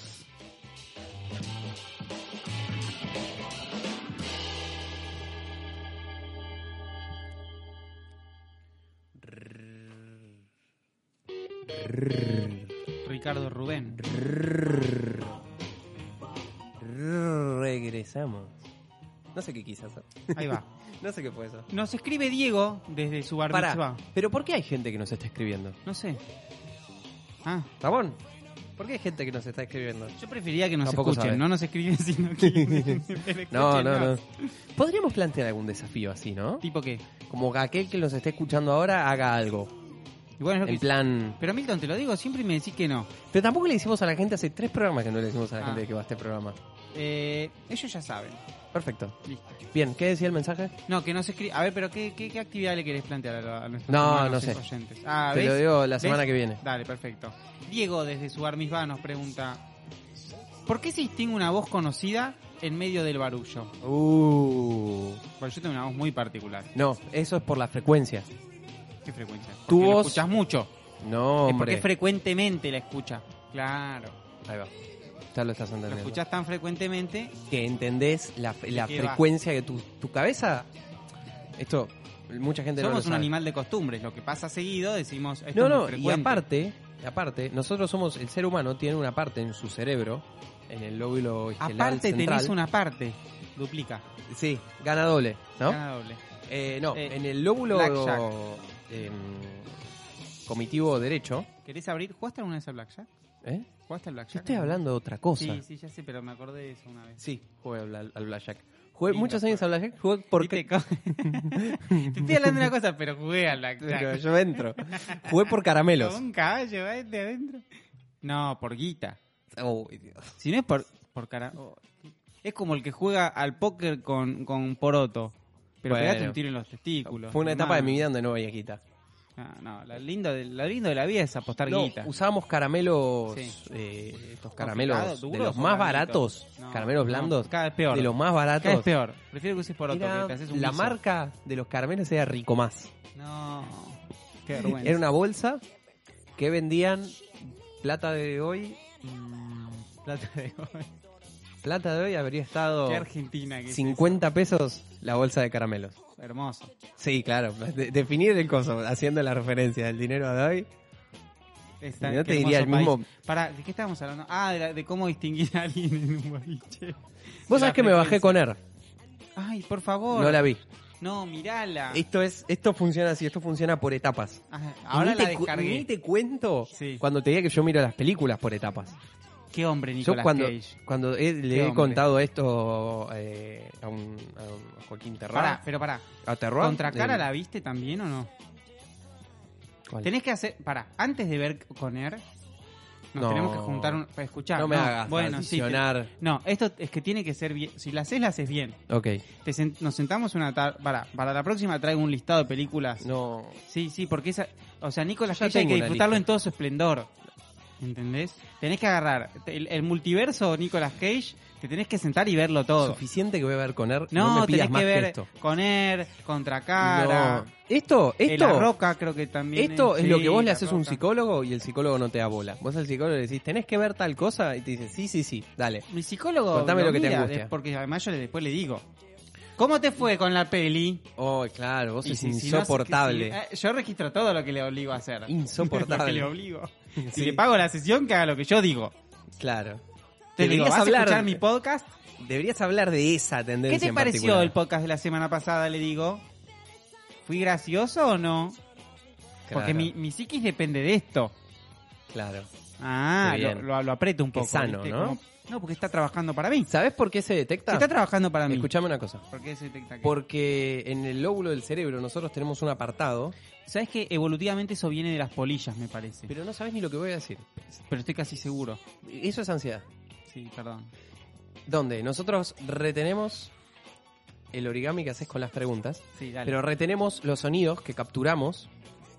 Ricardo Rubén.
Regresamos. No sé qué quise hacer.
Ahí va.
No sé qué fue eso.
Nos escribe Diego desde su
Pará,
barbacoa.
pero ¿por qué hay gente que nos está escribiendo?
No sé. Ah,
Ramón, ¿por qué hay gente que nos está escribiendo?
yo prefería que nos
Tampoco
escuchen,
sabe.
no nos escriben, sino que. pero
No, no, no.
escúchenos.
Podríamos plantear algún desafío así, ¿no?
¿Tipo qué?
Como que aquel que nos esté escuchando ahora haga algo.
Y bueno, es lo que-
En plan.
Pero Milton, te lo digo, siempre me decís que no.
Pero tampoco le decimos a la gente, hace tres programas que no le decimos a la
Ah.
gente que va a este programa.
Eh, ellos ya saben.
Perfecto.
Listo.
Bien, ¿qué decía el mensaje?
No, que no se escribe. A ver, pero ¿qué, qué, qué actividad le querés plantear a, la- a nuestros
No,
hermanos
no sé.
oyentes? Ah,
Te
¿ves?
lo digo la
¿Ves?
semana que viene.
Dale, perfecto. Diego desde su Barmisba nos pregunta: ¿Por qué se distingue una voz conocida en medio del barullo?
Uh.
Bueno, yo tengo una voz muy particular.
No, eso es por la frecuencia.
¿Qué frecuencia? Porque
Tu
lo
voz-
escuchás mucho.
No,
Es porque
hombre.
frecuentemente la escuchas. Claro.
Ahí va. Ya lo estás
Lo
entendiendo.
escuchas tan frecuentemente.
que entendés la, la
que va.
frecuencia que tu, tu cabeza. Esto, mucha gente no lo
Somos un
sabe.
animal de costumbres. Lo que pasa seguido decimos. Esto
No,
es muy
no, y
frecuente.
aparte, aparte, nosotros somos, el ser humano tiene una parte en su cerebro, en el lóbulo esquelar
Aparte
central.
tenés una parte. Duplica.
Sí, gana doble, ¿no?
Cada doble.
Eh, no,
Eh,
en el lóbulo
blackjack.
em, comitivo derecho,
¿Querés abrir? ¿Jugaste alguna vez al Blackjack?
¿eh?
¿Jugaste al
Yo
Blackjack?
estoy hablando de otra cosa.
Sí, sí, ya sé, pero me acordé de eso una vez.
Sí, jugué al, al blackjack. Jugué
Lindo
muchos años al blackjack, jugué porque...
Viste, co- Te estoy hablando de una cosa, pero jugué al
Pero
Blackjack.
yo entro. Jugué por caramelos.
Con un caballo, ¿va? de adentro. No, por guita.
Uy, Dios.
Si no es por, por cara. oh. Es como el que juega al póker con, con poroto. Pero
Bueno.
pegate un tiro en los testículos.
Fue una etapa de
hermano.
mi vida donde no veía guita.
Ah, no, lo lindo, de, lo lindo de la vida es apostar
No,
guita.
usábamos caramelos,
Sí.
eh, estos
Complicado,
caramelos de
duros
los
o
más
blanditos.
baratos,
No,
caramelos
no,
blandos,
cada vez peor.
de los más
Cada vez
baratos.
peor. Prefiero que uses poroto,
Era-
que te haces un
la
guiso.
marca de los caramelos era Rico Más.
No, qué vergüenza.
Era una bolsa que vendían plata de hoy, mm, plata de hoy, plata de hoy habría estado
Qué Argentina que es
50 pesos la bolsa de caramelos.
eso. Hermoso.
Sí, claro. pues, de- definir el coso, haciendo la referencia del dinero de hoy.
Está-
Yo
qué
te diría
hermoso
el
país.
mismo-
Pará, ¿de qué estábamos hablando? Ah, de, la- de cómo distinguir a alguien en un boliche.
Vos
La
sabés que me bajé
frecuencia.
con Air.
Ay, por favor.
No la vi.
No, mirala.
Esto es, esto funciona así, esto funciona por etapas.
Ah, ahora
Ni
la
te cu- Ni
descargué.
te cuento
Sí.
cuando te diga que yo miro las películas por etapas.
Qué hombre,
Yo
Nicolás
cuando,
Cage.
cuando he- le
Qué
he
hombre.
contado esto eh, a, un, a un- a Joaquín Terrá.
Pará, pero pará.
¿A Terrá?
¿Contra cara
Del-
la viste también o no?
¿Cuál?
Tenés que hacer. Pará, antes de ver Conner, nos
No.
tenemos que juntar un- para escuchar.
No me hagas
bueno, sí, te-
transicionar.
No, esto es que tiene que ser bien. Si la haces, la haces bien.
Ok.
Te sen- nos sentamos una tarde. Para, para la próxima traigo un listado de películas.
No.
Sí, sí, porque esa. O sea, Nicolas
Ya
Cage hay
tengo
que
una
disfrutarlo
lista.
en todo su esplendor. ¿Entendés? Tenés que agarrar el, el multiverso Nicolas Cage, te tenés que sentar y verlo todo.
Suficiente que voy a ver con Air. No,
No,
me pidas
tenés
más
que ver
esto.
con Air, contra cara.
No. Esto,
En La
esto,
Roca creo que también.
esto es lo
sí,
que vos le
La
haces a un
Roca.
psicólogo y el psicólogo no te da bola. Vos al psicólogo le decís, tenés que ver tal cosa y te dice, sí, sí, sí, dale.
Mi psicólogo.
Contame lo que te
mira,
angustia.
de- Porque además yo le- después le digo. ¿Cómo te fue con la peli?
Oh, claro, vos
Y
sos
si- si no hace-
insoportable.
si- eh, yo registro todo lo que le obligo a hacer. Lo que le
Insoportable.
obligo. Si
Sí, eh,
le pago la sesión, que haga lo que yo digo.
Claro.
Te digo,
Deberías
¿vas a
hablar-
escuchar mi podcast?
Deberías hablar de esa tendencia.
¿Qué te
en
pareció el
particular.
podcast de la semana pasada? Le digo. ¿Fui gracioso o no? Porque
Claro,
mi, mi psiquis depende de esto.
Claro.
Ah,
Muy
lo,
bien.
lo, lo aprieto un
Qué
poco.
sano,
¿viste?
¿no?
Como- no, porque está trabajando para mí.
¿Sabés por qué se detecta?
Está trabajando para mí.
Escuchame una cosa.
¿Por qué se detecta que-
Porque en el lóbulo del cerebro nosotros tenemos un apartado,
¿Sabes que evolutivamente eso viene de las polillas, me parece? Pero,
pero no sabés ni lo que voy a decir.
estoy casi seguro.
Eso es ansiedad.
Sí, perdón.
Donde nosotros retenemos el origami que haces con las preguntas,
Sí, dale.
pero retenemos los sonidos que capturamos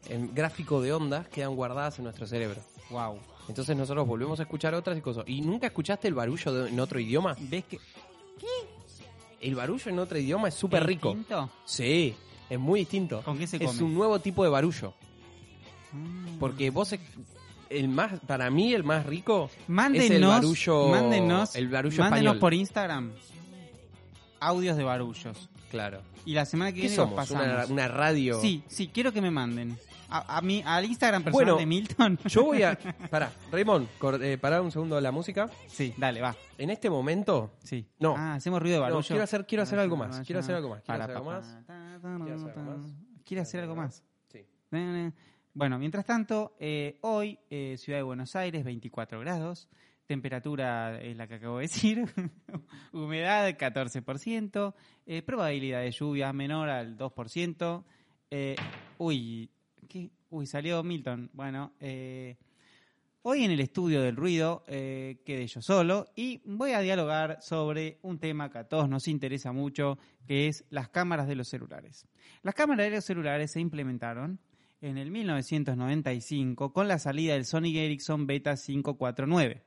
en gráfico de ondas quedan guardadas en nuestro cerebro.
wow.
Entonces nosotros volvemos a escuchar otras y cosas. ¿Y nunca escuchaste el barullo de- en otro idioma?
¿Ves que
El barullo en otro idioma es súper
es
rico.
distinto?
Sí, es muy distinto.
¿Con qué se
Es
come?
un nuevo tipo de barullo.
Mm.
Porque vos, es- el más, para mí, el más rico es
mándenos,
el barullo,
mándenos,
el barullo
mándenos
español.
por Instagram audios de barullos.
Claro.
Y la semana que
¿Qué
viene los
somos?
pasamos.
Una, una radio.
Sí, sí, quiero que me manden. A, a mí, al Instagram personal
Bueno.
de Milton.
Yo voy a. Pará, Raymond, cor- eh, pará un segundo la música.
Sí, dale, va.
En este momento.
Sí.
No.
Ah, hacemos ruido de
No,
barullo. Ah,
quiero hacer- quiero hacer algo más, quiero hacer algo más, quiero
Para,
hacer algo
pa,
más.
pa,
Quiero hacer algo más.
Quiero hacer algo más.
Sí.
Bueno, mientras tanto, eh, hoy eh, Ciudad de Buenos Aires, 24 grados, temperatura es la que acabo de decir, humedad 14%, eh, probabilidad de lluvia menor al 2%. eh, uy, ¿qué? Uy, salió Milton. Bueno, eh, hoy en el estudio del ruido eh, quedé yo solo y voy a dialogar sobre un tema que a todos nos interesa mucho, que es las cámaras de los celulares. Las cámaras de los celulares se implementaron en el 1995 con la salida del Sony Ericsson Beta 549.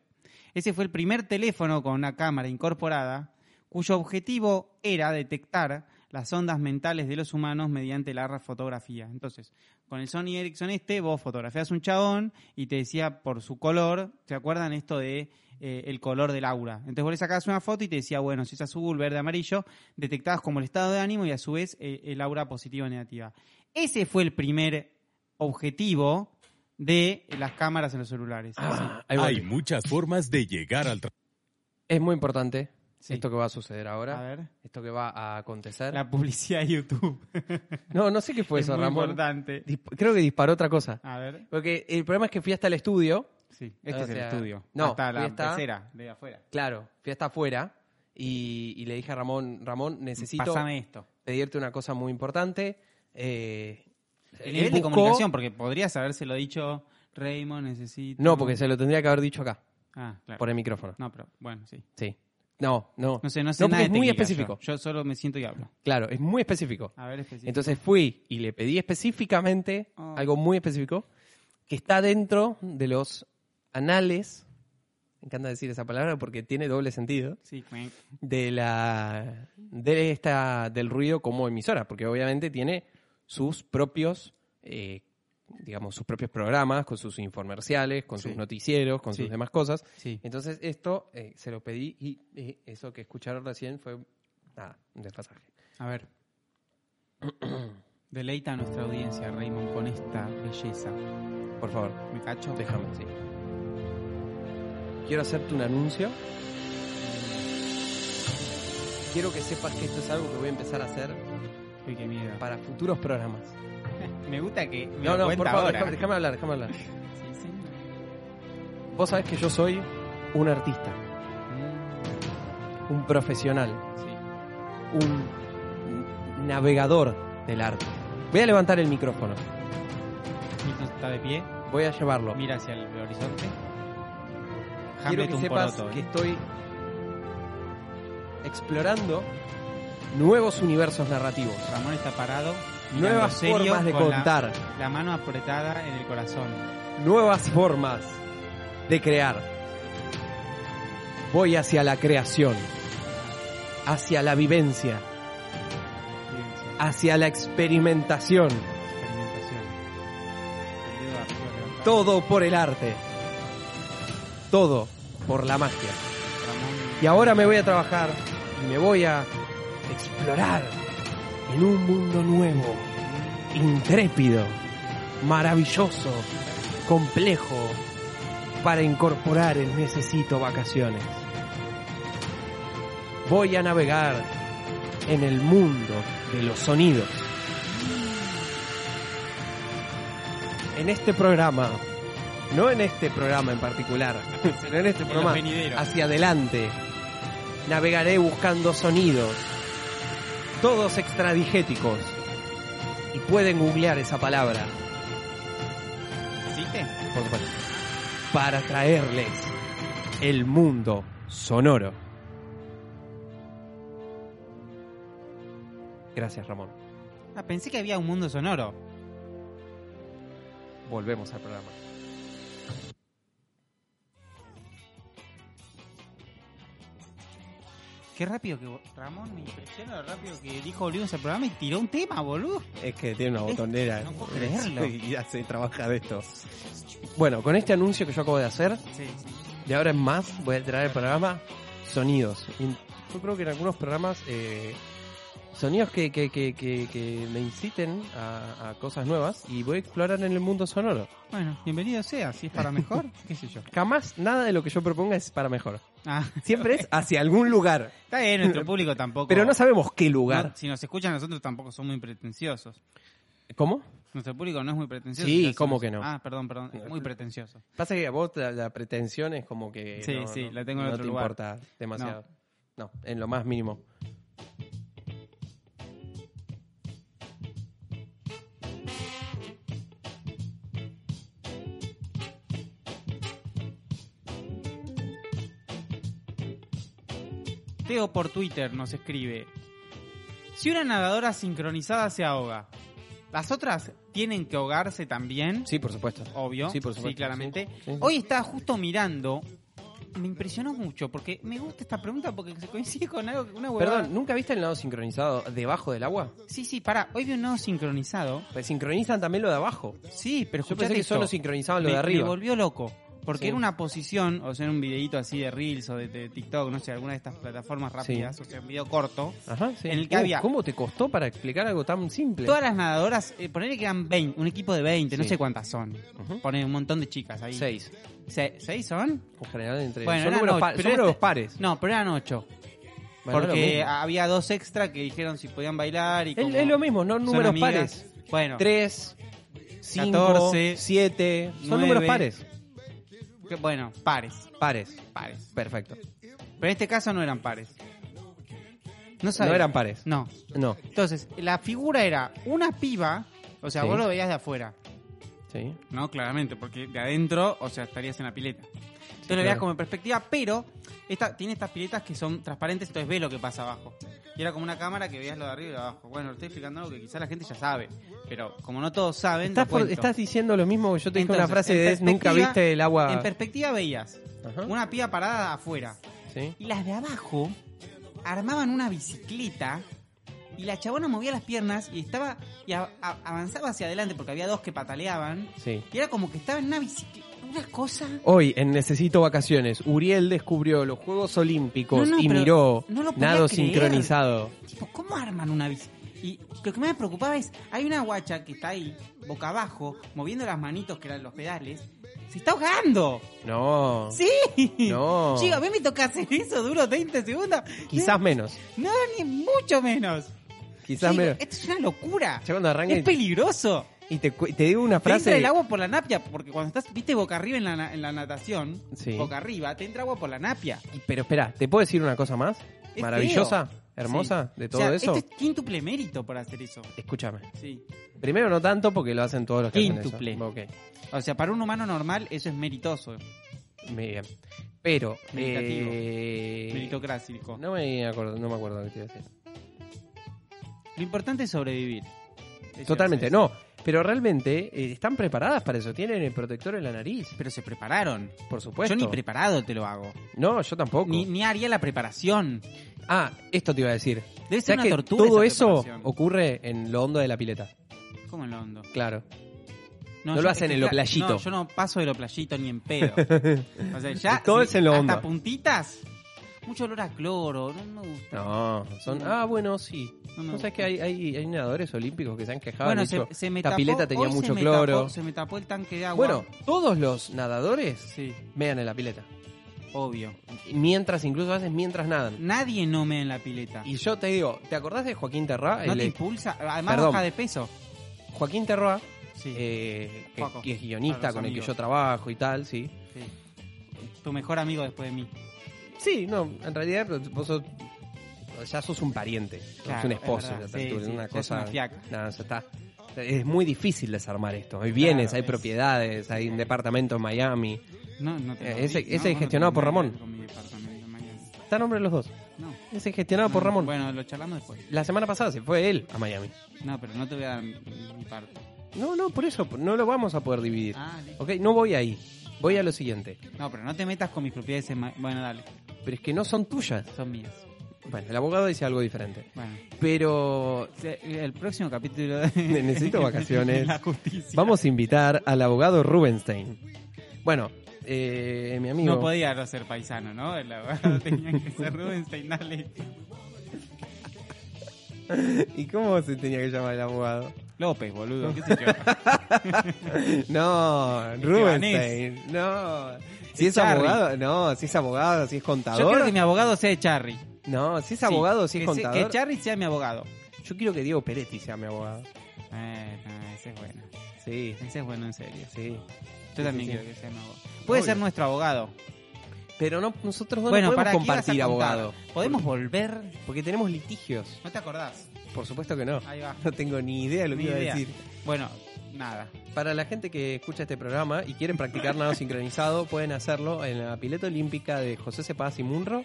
Ese fue el primer teléfono con una cámara incorporada cuyo objetivo era detectar las ondas mentales de los humanos mediante la fotografía. Entonces, con el Sony Ericsson este, vos fotografiás un chabón y te decía por su color, ¿se acuerdan esto de eh, el color del aura? Entonces vos le sacabas una foto y te decía, bueno, si es azul, verde, amarillo, detectabas como el estado de ánimo y a su vez eh, el aura positiva o negativa. Ese fue el primer objetivo de las cámaras en los celulares.
Ah, Ahí voy.
Hay muchas formas de llegar al trabajo.
Es muy importante
Sí.
esto que va a suceder
A
ahora.
ver.
Esto que va a acontecer.
La publicidad de YouTube.
No, no sé qué fue
es
eso,
muy
Pues Ramón.
importante.
Disp- Creo que disparó otra cosa.
A ver.
Porque el problema es que fui hasta el estudio.
Sí, este
O
es el
sea,
estudio.
no,
Hasta la
ahí está.
tercera, de afuera.
Claro, fui hasta afuera. Y, y le dije a Ramón, Ramón, necesito
Pásame esto.
pedirte una cosa muy importante. Eh,
El
él
nivel de
buscó-
comunicación, porque podrías habérselo dicho, Raymond, necesito...
No, porque se lo tendría que haber dicho acá,
Ah, claro.
por el micrófono.
No, pero bueno, sí.
Sí. No, no.
No sé, no sé
No, porque
nada de
es muy
técnica
específico.
Yo, Yo solo me siento y hablo.
Claro, es muy específico.
A ver, específico.
Entonces fui y le pedí específicamente
Ah.
algo muy específico que está dentro de los anales. Me encanta decir esa palabra porque tiene doble sentido.
Sí, clank.
de la de esta del ruido como emisora, porque obviamente tiene sus propios eh, digamos, sus propios programas, con sus infomerciales, con
Sí.
sus noticieros, con
Sí.
sus demás cosas.
Sí.
Entonces, esto eh, se lo pedí y eh, eso que escucharon recién fue, nada, un desfasaje.
A ver. Deleita a nuestra audiencia, Raymond, con esta belleza.
Por favor,
¿Me cacho?
déjame, sí. Quiero hacerte un anuncio. Quiero que sepas que esto es algo que voy a empezar a hacer
Uy, qué miedo.
para futuros programas.
Me gusta que me
No,
lo
no,
cuenta
por favor,
ahora.
déjame, déjame hablar, déjame hablar.
Sí, sí.
Vos sabés que yo soy un artista,
Mm,
un profesional,
sí.
un navegador del arte. Voy a levantar el micrófono,
Milton está de pie,
voy a llevarlo.
mira hacia el horizonte.
Quiero
Hamlet
que
un
sepas
poroto, ¿eh?
que estoy explorando nuevos universos narrativos,
Ramón está parado, mirando
nuevas
serio,
formas de
con la-
contar,
la mano apretada en el corazón.
nuevas formas de crear. Voy hacia la creación, hacia la vivencia,
Fíjense.
hacia la experimentación.
Experimentación. El dedo arriba levantado.
Todo por el arte. Todo por la magia.
Ramón-
Y ahora me voy a trabajar y me voy a explorar en un mundo nuevo, intrépido, maravilloso, complejo, para incorporar el necesito vacaciones. Voy a navegar en el mundo de los sonidos. En este programa, no en este programa en particular, sino en este
en los
programa
venideros.
hacia adelante. Navegaré buscando sonidos, todos extradigéticos. Y pueden googlear esa palabra,
¿Existe?
por supuesto, para traerles el mundo sonoro. Gracias, Ramón.
Ah, pensé que había un mundo sonoro.
Volvemos al programa.
Qué rápido que... vo- Ramón, me impresiona lo rápido que dijo Olivos al programa y tiró un tema, boludo.
Es que tiene una botonera.
No puedo creerlo.
Y hace, trabaja de esto. Bueno, con este anuncio que yo acabo de hacer,
Sí, sí.
De ahora en más voy a traer el programa Sonidos. Y Yo creo que en algunos programas eh, sonidos que, que, que, que, que me inciten a, a cosas nuevas y voy a explorar en el mundo sonoro.
Bueno, bienvenido sea, si es para mejor, qué sé yo.
Jamás nada de lo que yo proponga es para mejor.
Ah,
Siempre es hacia algún lugar.
está bien, nuestro público tampoco...
Pero no sabemos qué
No,
lugar.
si nos escuchan nosotros tampoco son muy pretenciosos.
¿Cómo?
Nuestro público no es muy pretencioso.
Sí,
quizás
¿cómo
somos-
que no?
Ah, perdón, perdón, es muy pretencioso.
Pasa que a vos la, la pretensión es como que.
Sí,
no-
sí,
no-
la tengo en
no
otro
te
lugar.
importa demasiado. No. en lo más mínimo.
Teo por Twitter nos escribe: Si una nadadora sincronizada se ahoga, ¿las otras tienen que ahogarse también?
Sí, por supuesto.
Obvio.
Sí, por supuesto.
claramente.
Sí, sí, sí.
Hoy estaba justo mirando. Me impresionó mucho porque me gusta esta pregunta porque se coincide con algo, una huevada.
Perdón, ¿nunca viste el lado sincronizado debajo del agua?
Sí, sí, pará. Hoy vi un nodo sincronizado.
Pues sincronizan también lo de abajo.
Sí, pero
Yo
escuchate
pensé que
esto.
solo sincronizaban lo
me,
de
me
arriba.
volvió loco. Porque
Sí.
era una posición, o sea, en un videito así de Reels o de, de TikTok, no sé, alguna de estas plataformas
Sí.
rápidas, o sea, un video corto.
Ajá, sí. Uh,
en el que había-
¿Cómo te costó para explicar algo tan simple?
Todas las nadadoras, eh, ponele que eran 20, un equipo de 20, no
Sí.
sé cuántas son.
Ujú.
Ponele un montón de chicas ahí.
Seis.
Se- ¿Seis son?
En general, entre.
Bueno,
son
eran
números,
ocho,
pa- son
pero
números
este-
pares.
No, pero eran ocho.
Bueno, es lo
porque
mismo.
había dos extra que dijeron si podían bailar y
Es-
como
es lo mismo, no
son
números
amigas.
pares.
Bueno,
Tres, cinco,
14,
siete. Son
nueve.
números pares.
que- bueno, pares,
Pares.
pares.
Perfecto.
Pero en este caso no eran pares. No sabía.
No eran pares.
No.
No.
Entonces, la figura era una piba, o sea,
Sí.
vos lo veías de afuera.
Sí.
No, claramente, porque de adentro, o sea, estarías en la pileta. Entonces lo veías
claro.
como en perspectiva, pero esta, tiene estas piletas que son transparentes, entonces ves lo que pasa abajo. Y era como una cámara que veías lo de arriba y lo de abajo. Bueno, estoy explicando algo que quizás la gente ya sabe, pero como no todos saben,
Estás,
lo
por-
cuento.
estás diciendo lo mismo que yo te dije
Entonces,
una frase
en
de nunca
perspectiva-
viste el
En
agua.
perspectiva veías
Ajá,
una piba parada afuera
sí.
y las de abajo armaban una bicicleta Y la chabona movía las piernas y estaba y a- a- avanzaba hacia adelante porque había dos que pataleaban.
Sí.
Y era como que estaba en una bicicleta. Una cosa.
Hoy en Necesito Vacaciones, Uriel descubrió los Juegos Olímpicos
No, no,
y
pero
miró
no lo podía
nado
creer.
sincronizado.
Tipo, ¿cómo arman una bici? Y lo que más me preocupaba es, hay una guacha que está ahí, boca abajo, moviendo las manitos que eran los pedales. ¡Se está ahogando!
No.
¡Sí!
No.
Chico, a mí me toca hacer eso, duro 20 segundos.
Quizás menos.
No, ni mucho menos.
Quizás
Chico,
menos.
Esto es una locura.
Ya cuando arranca
Es
y,
peligroso.
y te, cu- te digo una
Te entra
frase.
el agua por la napia, porque cuando estás, viste, boca arriba en la, na- en la natación,
Sí.
boca arriba, te entra agua por la napia.
Pero espera, ¿te puedo decir una cosa más?
Es
Maravillosa,
feo.
hermosa, de todo
o sea,
eso.
Esto es quíntuple mérito por hacer eso.
Escúchame.
Sí.
Primero no tanto porque lo hacen todos los que hacen eso.
Quíntuple.
Ok.
O sea, para un humano normal eso es meritoso,
Muy bien. Pero.
Meditativo.
eh,
meritocrático.
no me acuerdo, no me acuerdo lo que te iba a decir.
Lo importante es sobrevivir. Eso
Totalmente,
iba a
no. Pero realmente eh, están preparadas para eso. Tienen el protector en la nariz,
ser. Pero se prepararon.
por supuesto.
Yo ni preparado te lo hago.
no, yo tampoco.
Ni, ni haría la preparación.
Ah, esto te iba a decir.
Debe
¿Sabes
ser una
que
tortura.
todo
esa
eso
preparación.
ocurre en lo hondo de la pileta.
¿Cómo lo hondo?
Claro. No
yo-
lo hacen
es que
en lo
cla-
playito.
No, yo no paso de lo playito ni en pedo. o sea, ya.
Todo
si-
es en lo
Hasta
hondo.
puntitas. Mucho olor a cloro. No me gusta.
No, son. Ah, bueno, sí.
No, no.
¿No sabes que hay, hay, hay nadadores olímpicos que se han quejado?
Bueno,
han
se,
dicho,
se me
"Esta
tapó-
Ah, pileta tenía
hoy se
mucho
me
cloro.
tapó- se me tapó el tanque de agua.
Bueno, todos los nadadores
Sí,
mean en la pileta.
obvio.
Mientras, incluso a veces mientras nadan.
Nadie no mea en la pileta.
Y yo te digo, ¿te acordás de Joaquín Terra?
¿No
El-
te impulsa? Además
Perdón.
baja de peso.
Joaquín Terra,
Sí.
eh, que,
Joaco.
que es guionista
Para los
con el que
amigos.
yo trabajo y tal, sí.
sí. Tu mejor amigo después de mí.
Sí, no, en realidad pues, vos sos, ya sos un pariente,
Claro,
sos un esposo,
es verdad,
ya está,
sí,
tú,
sí, ya
una
es
cosa.
una fiaca.
nada, ya está. Es muy difícil desarmar esto. Hay bienes,
Claro,
hay
es-
propiedades, hay un departamento en Miami.
No, no te lo
Eh, ese-
digo,
ese
no,
gestionado
no
por
tengo
Ramón.
nada que ver con mi departamento mañana.
Está a nombre de los dos.
No.
Ese gestionado por
No,
Ramón.
Mm, Bueno, lo charlamos después.
La semana pasada se fue él a Miami.
No, pero no te voy a dar mi, mi parte.
No, no, por eso no lo vamos a poder dividir.
Ah, listo.
Ok, no voy ahí. Voy a lo siguiente.
No, pero no te metas con mis propiedades. en ma- Bueno, dale.
Pero es que no son tuyas.
Son mías.
Bueno, el abogado dice algo diferente.
Bueno.
Pero
se- El próximo capítulo de...
Necesito vacaciones.
La justicia.
Vamos a invitar al abogado Rubenstein. Bueno, eh, mi amigo.
No podía no ser paisano, ¿no? El abogado tenía que ser Rubenstein, dale.
¿Y cómo se tenía que llamar el abogado?
López, boludo, qué sé yo.
No, Rubenstein. No. Si es
Charlie.
abogado, no. Si es abogado, si es
Yo
contador.
quiero que mi abogado sea de Charry.
No, si es
Sí,
abogado, si es
que se-
contador.
Que Charry sea mi abogado.
Yo quiero que Diego Peretti sea mi abogado.
Eh, no, ese es bueno.
Sí,
Ese es bueno, en serio.
sí.
Yo también
sí,
quiero que sea mi abogado. Puede
Obvio.
ser nuestro abogado.
Pero no, nosotros no
bueno,
podemos
para
compartir abogado.
Podemos volver.
Porque tenemos litigios.
No te acordás.
Por supuesto que no.
Ahí va.
No tengo ni idea lo que
Ni
iba a
idea.
decir.
Bueno, nada.
Para la gente que escucha este programa y quieren practicar nado sincronizado, pueden hacerlo en la pileta olímpica de José Cepaz y Munro,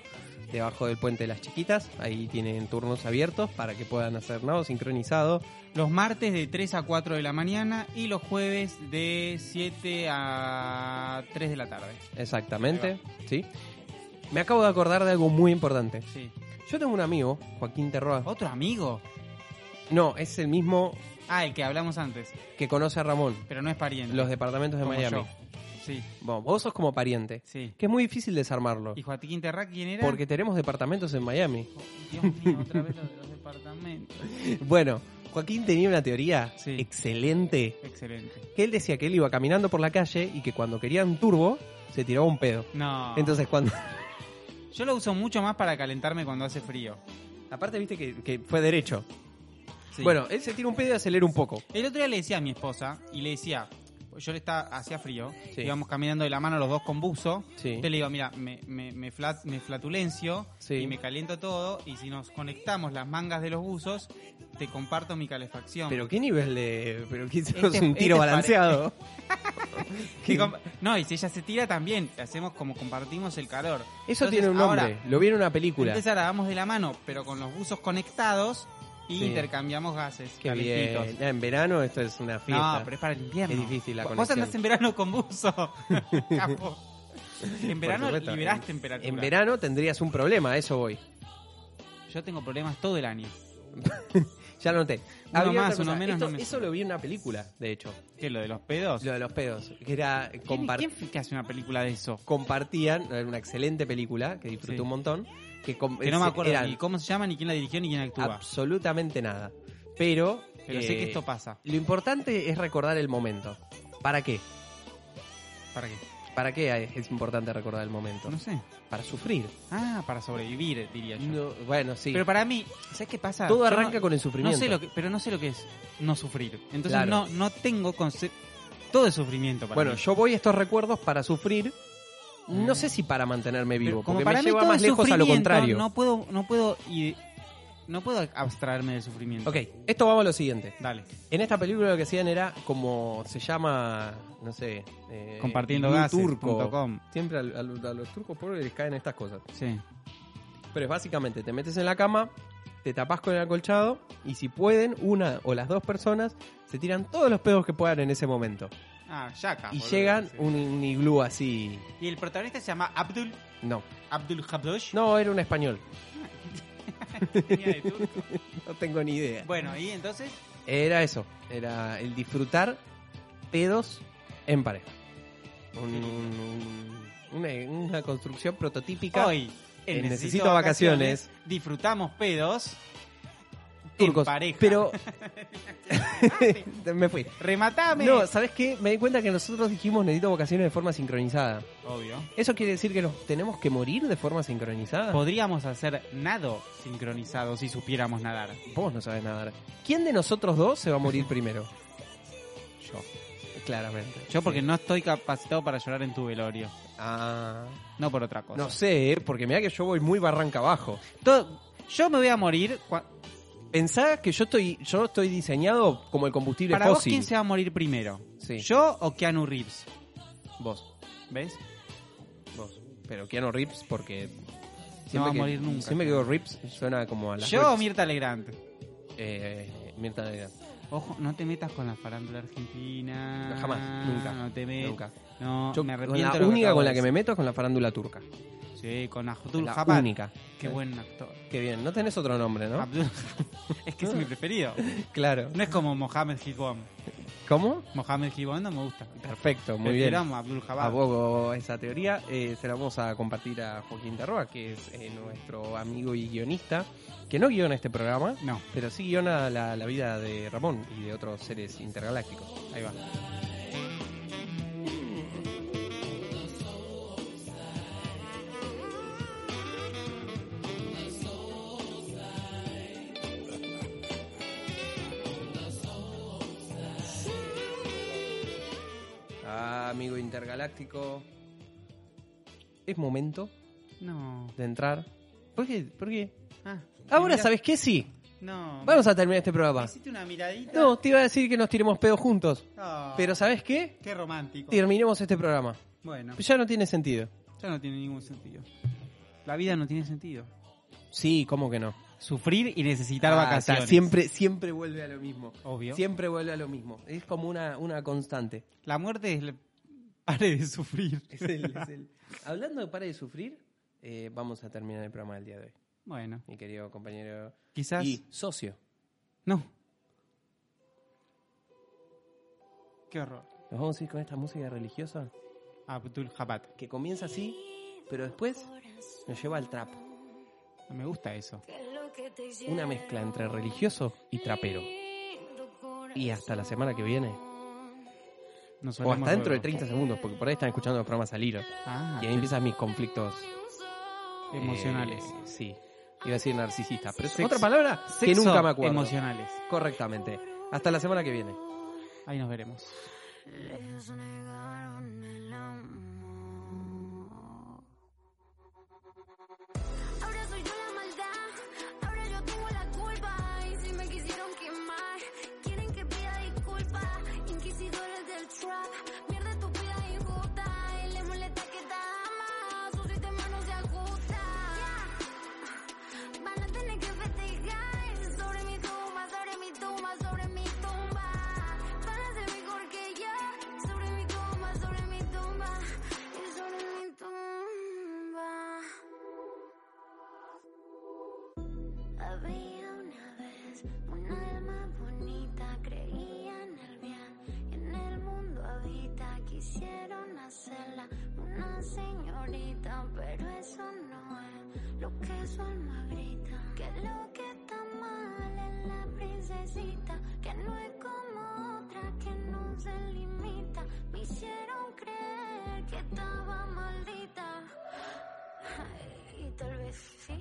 debajo del puente de las Chiquitas. Ahí tienen turnos abiertos para que puedan hacer nado sincronizado.
Los martes de 3 a 4 de la mañana y los jueves de 7 a 3 de la tarde.
Exactamente, ¿sí? Me acabo de acordar de algo muy importante.
Sí.
Yo tengo un amigo, Joaquín Terroa.
¿Otro amigo?
No, es el mismo
Ah, el que hablamos antes,
que conoce a Ramón,
pero no es pariente.
los departamentos de
como
Miami.
yo. Sí,
Bueno, vos sos como pariente,
sí.
que es muy difícil desarmarlo,
¿Y Joaquín Terra quién era?
porque tenemos departamentos en Miami.
Oh, Dios mío, otra vez los, los departamentos.
Bueno, Joaquín tenía una teoría
Sí.
excelente.
Excelente.
Que él decía que él iba caminando por la calle y que cuando quería un turbo se tiraba un pedo.
No.
Entonces cuando...
Yo lo uso mucho más para calentarme cuando hace frío.
Aparte viste que, que fue derecho.
Sí.
Bueno, él se tira un pedo y acelera un poco.
El otro día le decía a mi esposa y le decía, yo le estaba, hacía frío,
Sí.
íbamos caminando de la mano los dos con buzo.
Sí.
Entonces le digo, mira, me, me, me, flat- me flatulencio
Sí.
y me caliento todo y si nos conectamos las mangas de los buzos, te comparto mi calefacción.
Pero qué nivel de... Pero qué
Este-
sos un tiro
este
balanceado.
Te comp- No, y si ella se tira también, hacemos como compartimos el calor.
Eso
Entonces,
tiene un nombre.
ahora,
Lo vi en una película.
Entonces ahora vamos de la mano, pero con los buzos conectados y
Sí.
intercambiamos gases.
Qué
calentitos.
bien. Ah, En verano esto es una
No,
fiesta.
pero es para el invierno.
Es difícil la
Vos
conexión.
andás en verano con buzo. capo. En verano
supuesto.
liberás temperatura.
En verano tendrías un problema, a eso voy.
Yo tengo problemas todo el año.
ya lo noté.
Uno
Había
más,
otra cosa.
uno menos,
Esto-
no me
Eso lo vi en una película, de hecho.
¿Qué, lo de los pedos?
Lo de los pedos. Que era
¿Quién,
compar-
quién fue que hace una película de eso?
compartían, era una excelente película que disfruté
Sí.
un montón. Que, com-
Que no me
se-
acuerdo
eran
ni cómo se llama, ni quién la dirigió, ni quién actúa.
absolutamente nada. Pero,
Pero sé
eh,
que esto pasa.
lo importante es recordar el momento. ¿Para qué?
¿Para qué?
¿Para qué es- es importante recordar el momento?
No sé.
Para sufrir.
Ah, para sobrevivir, diría yo.
No, bueno, sí.
Pero para mí, ¿sabes qué pasa?
Todo
Yo no-
arranca con el
No
sufrimiento.
sé lo que, pero no sé lo que es no sufrir. Entonces
Claro.
no, no tengo conce- todo es sufrimiento para
Bueno,
mí.
yo voy a estos recuerdos para sufrir. No
Mm.
sé si para mantenerme
Pero
vivo,
como
porque
para
me
mí
lleva
todo
más
es
lejos a lo
sufrimiento,
contrario.
No puedo, no puedo y no puedo abstraerme del sufrimiento.
Ok, esto vamos a lo siguiente.
Dale.
En esta película lo que hacían era como se llama, no sé, eh,
Compartiendo
Blue
gases punto
turco.
com.
Siempre al- al- a, los turcos pobres les caen estas cosas.
Sí.
Pero es básicamente, te metes en la cama, te tapás con el acolchado y si pueden, una o las dos personas se tiran todos los pedos que puedan en ese momento.
Ah, yaca.
y
boludo,
llegan
sí.
un, un iglú así.
Y el protagonista se llama Abdul
No,
Abdul Habdosh.
no, era un español.
Tenía de turco.
No tengo ni idea.
bueno, y entonces
Era eso, era el disfrutar pedos en pareja. Un- un- una, una construcción prototípica.
hoy en
en Eh, Necesito Vacaciones,
disfrutamos pedos
turcos.
en pareja.
Pero. me fui.
rematame.
No, ¿sabes qué? Me di cuenta que nosotros dijimos necesito vocaciones de forma sincronizada.
Obvio.
¿Eso quiere decir que nos tenemos que morir de forma sincronizada?
Podríamos hacer nado sincronizado si supiéramos nadar.
Vos no sabés nadar. ¿Quién de nosotros dos se va a morir primero?
Yo.
Claramente.
Yo porque no estoy capacitado para llorar en tu velorio.
Ah,
No por otra cosa.
no sé, ¿eh? porque mirá que yo voy muy barranca abajo.
To- yo me voy a morir. cua-
Pensá que yo estoy, yo estoy diseñado como el combustible
¿Para vos
fósil.
quién se va a morir primero?
Sí,
¿Yo o Keanu Reeves?
vos,
¿Ves?
vos. Pero Keanu Rips porque
no va a
que-
morir nunca.
Siempre que digo Rips suena como a las
¿Yo o
Rips.
Mirta Legrand?
eh, Mirta Legrand.
Ojo, no te metas con la farándula argentina.
No, jamás, nunca,
No te metas.
Nunca.
No,
Yo
me
con
arrepiento.
la
de lo que
única
acabo
con
de
la que me
decir.
meto es con la farándula turca.
Sí, con Abdul
la
Jabbar.
única.
Qué buen actor.
Qué bien, no tenés otro nombre, ¿no?
Abdul- es que es mi preferido.
Claro.
No es como Mohamed Hibón.
¿Cómo?
Mohamed Hibón no me gusta.
Perfecto, muy bien.
Prefiero a Abdul Jabbar.
Abogo esa teoría, eh, se la vamos a compartir a Joaquín Terroa, que es eh, nuestro amigo y guionista, que no guiona este programa,
No,
pero sí guiona la, la vida de Ramón y de otros seres intergalácticos.
ahí va.
Ah, amigo intergaláctico. Es momento
No.
de entrar. ¿Por qué? ¿Por qué?
Ah,
Ahora,
mira-
¿sabes qué? Sí.
No.
Vamos a terminar este
me
programa.
Hiciste una miradita.
No, te iba a decir que nos tiremos pedos juntos.
Ah,
Pero ¿sabes qué?
Qué romántico.
Terminemos este programa.
Bueno,
Ya no tiene sentido.
ya no tiene ningún sentido. La vida no tiene sentido.
Sí, ¿cómo que no?
Sufrir y necesitar
Ah,
vacaciones.
está, siempre, siempre vuelve a lo mismo.
Obvio.
Siempre vuelve a lo mismo. Es como una, una constante.
La muerte es... la- Pare de sufrir.
Es el- es el- Hablando de para de sufrir, eh, vamos a terminar el programa del día de hoy.
Bueno,
Mi querido compañero
quizás...
y socio.
No. Qué horror.
Nos vamos a ir con esta música religiosa
Abdul Jabbat.
que comienza así, pero después nos lleva al trap.
No me gusta eso.
Una mezcla entre religioso y trapero. Y hasta la semana que viene.
Nos
O
olemos
hasta dentro de
luego.
30 segundos, porque por ahí están escuchando los programas al hilo.
Ah,
Y ahí empiezan mis conflictos
emocionales.
Eh, sí. Iba a decir narcisista, pero es
Sexo-
otra palabra que
Sexo
nunca me acuerdo.
Emocionales.
Correctamente. Hasta la semana que viene.
Ahí nos veremos.
Les negaron el amor. Ahora soy yo la maldad, ahora yo tengo la culpa. Y si me quisieron quemar, quieren que pida disculpas. Inquisidores del trap, mierda estúpida e injusta. Y le molesta que te ama, su sistema no se ajusta. Van a tener que festejar sobre mi tumba, sobre mi tumba, sobre mi tumba. Van a ser mejor que yo sobre mi tumba, sobre mi tumba y sobre mi tumba. Había una vez vez una alma bonita creía en el bien y en el mundo habita. Quisieron hacerla una señorita, pero eso no es lo que su alma grita. Que lo que está mal es la princesita, que no es como otra, que no se limita. Me hicieron creer que estaba maldita. Ay, Y tal vez sí,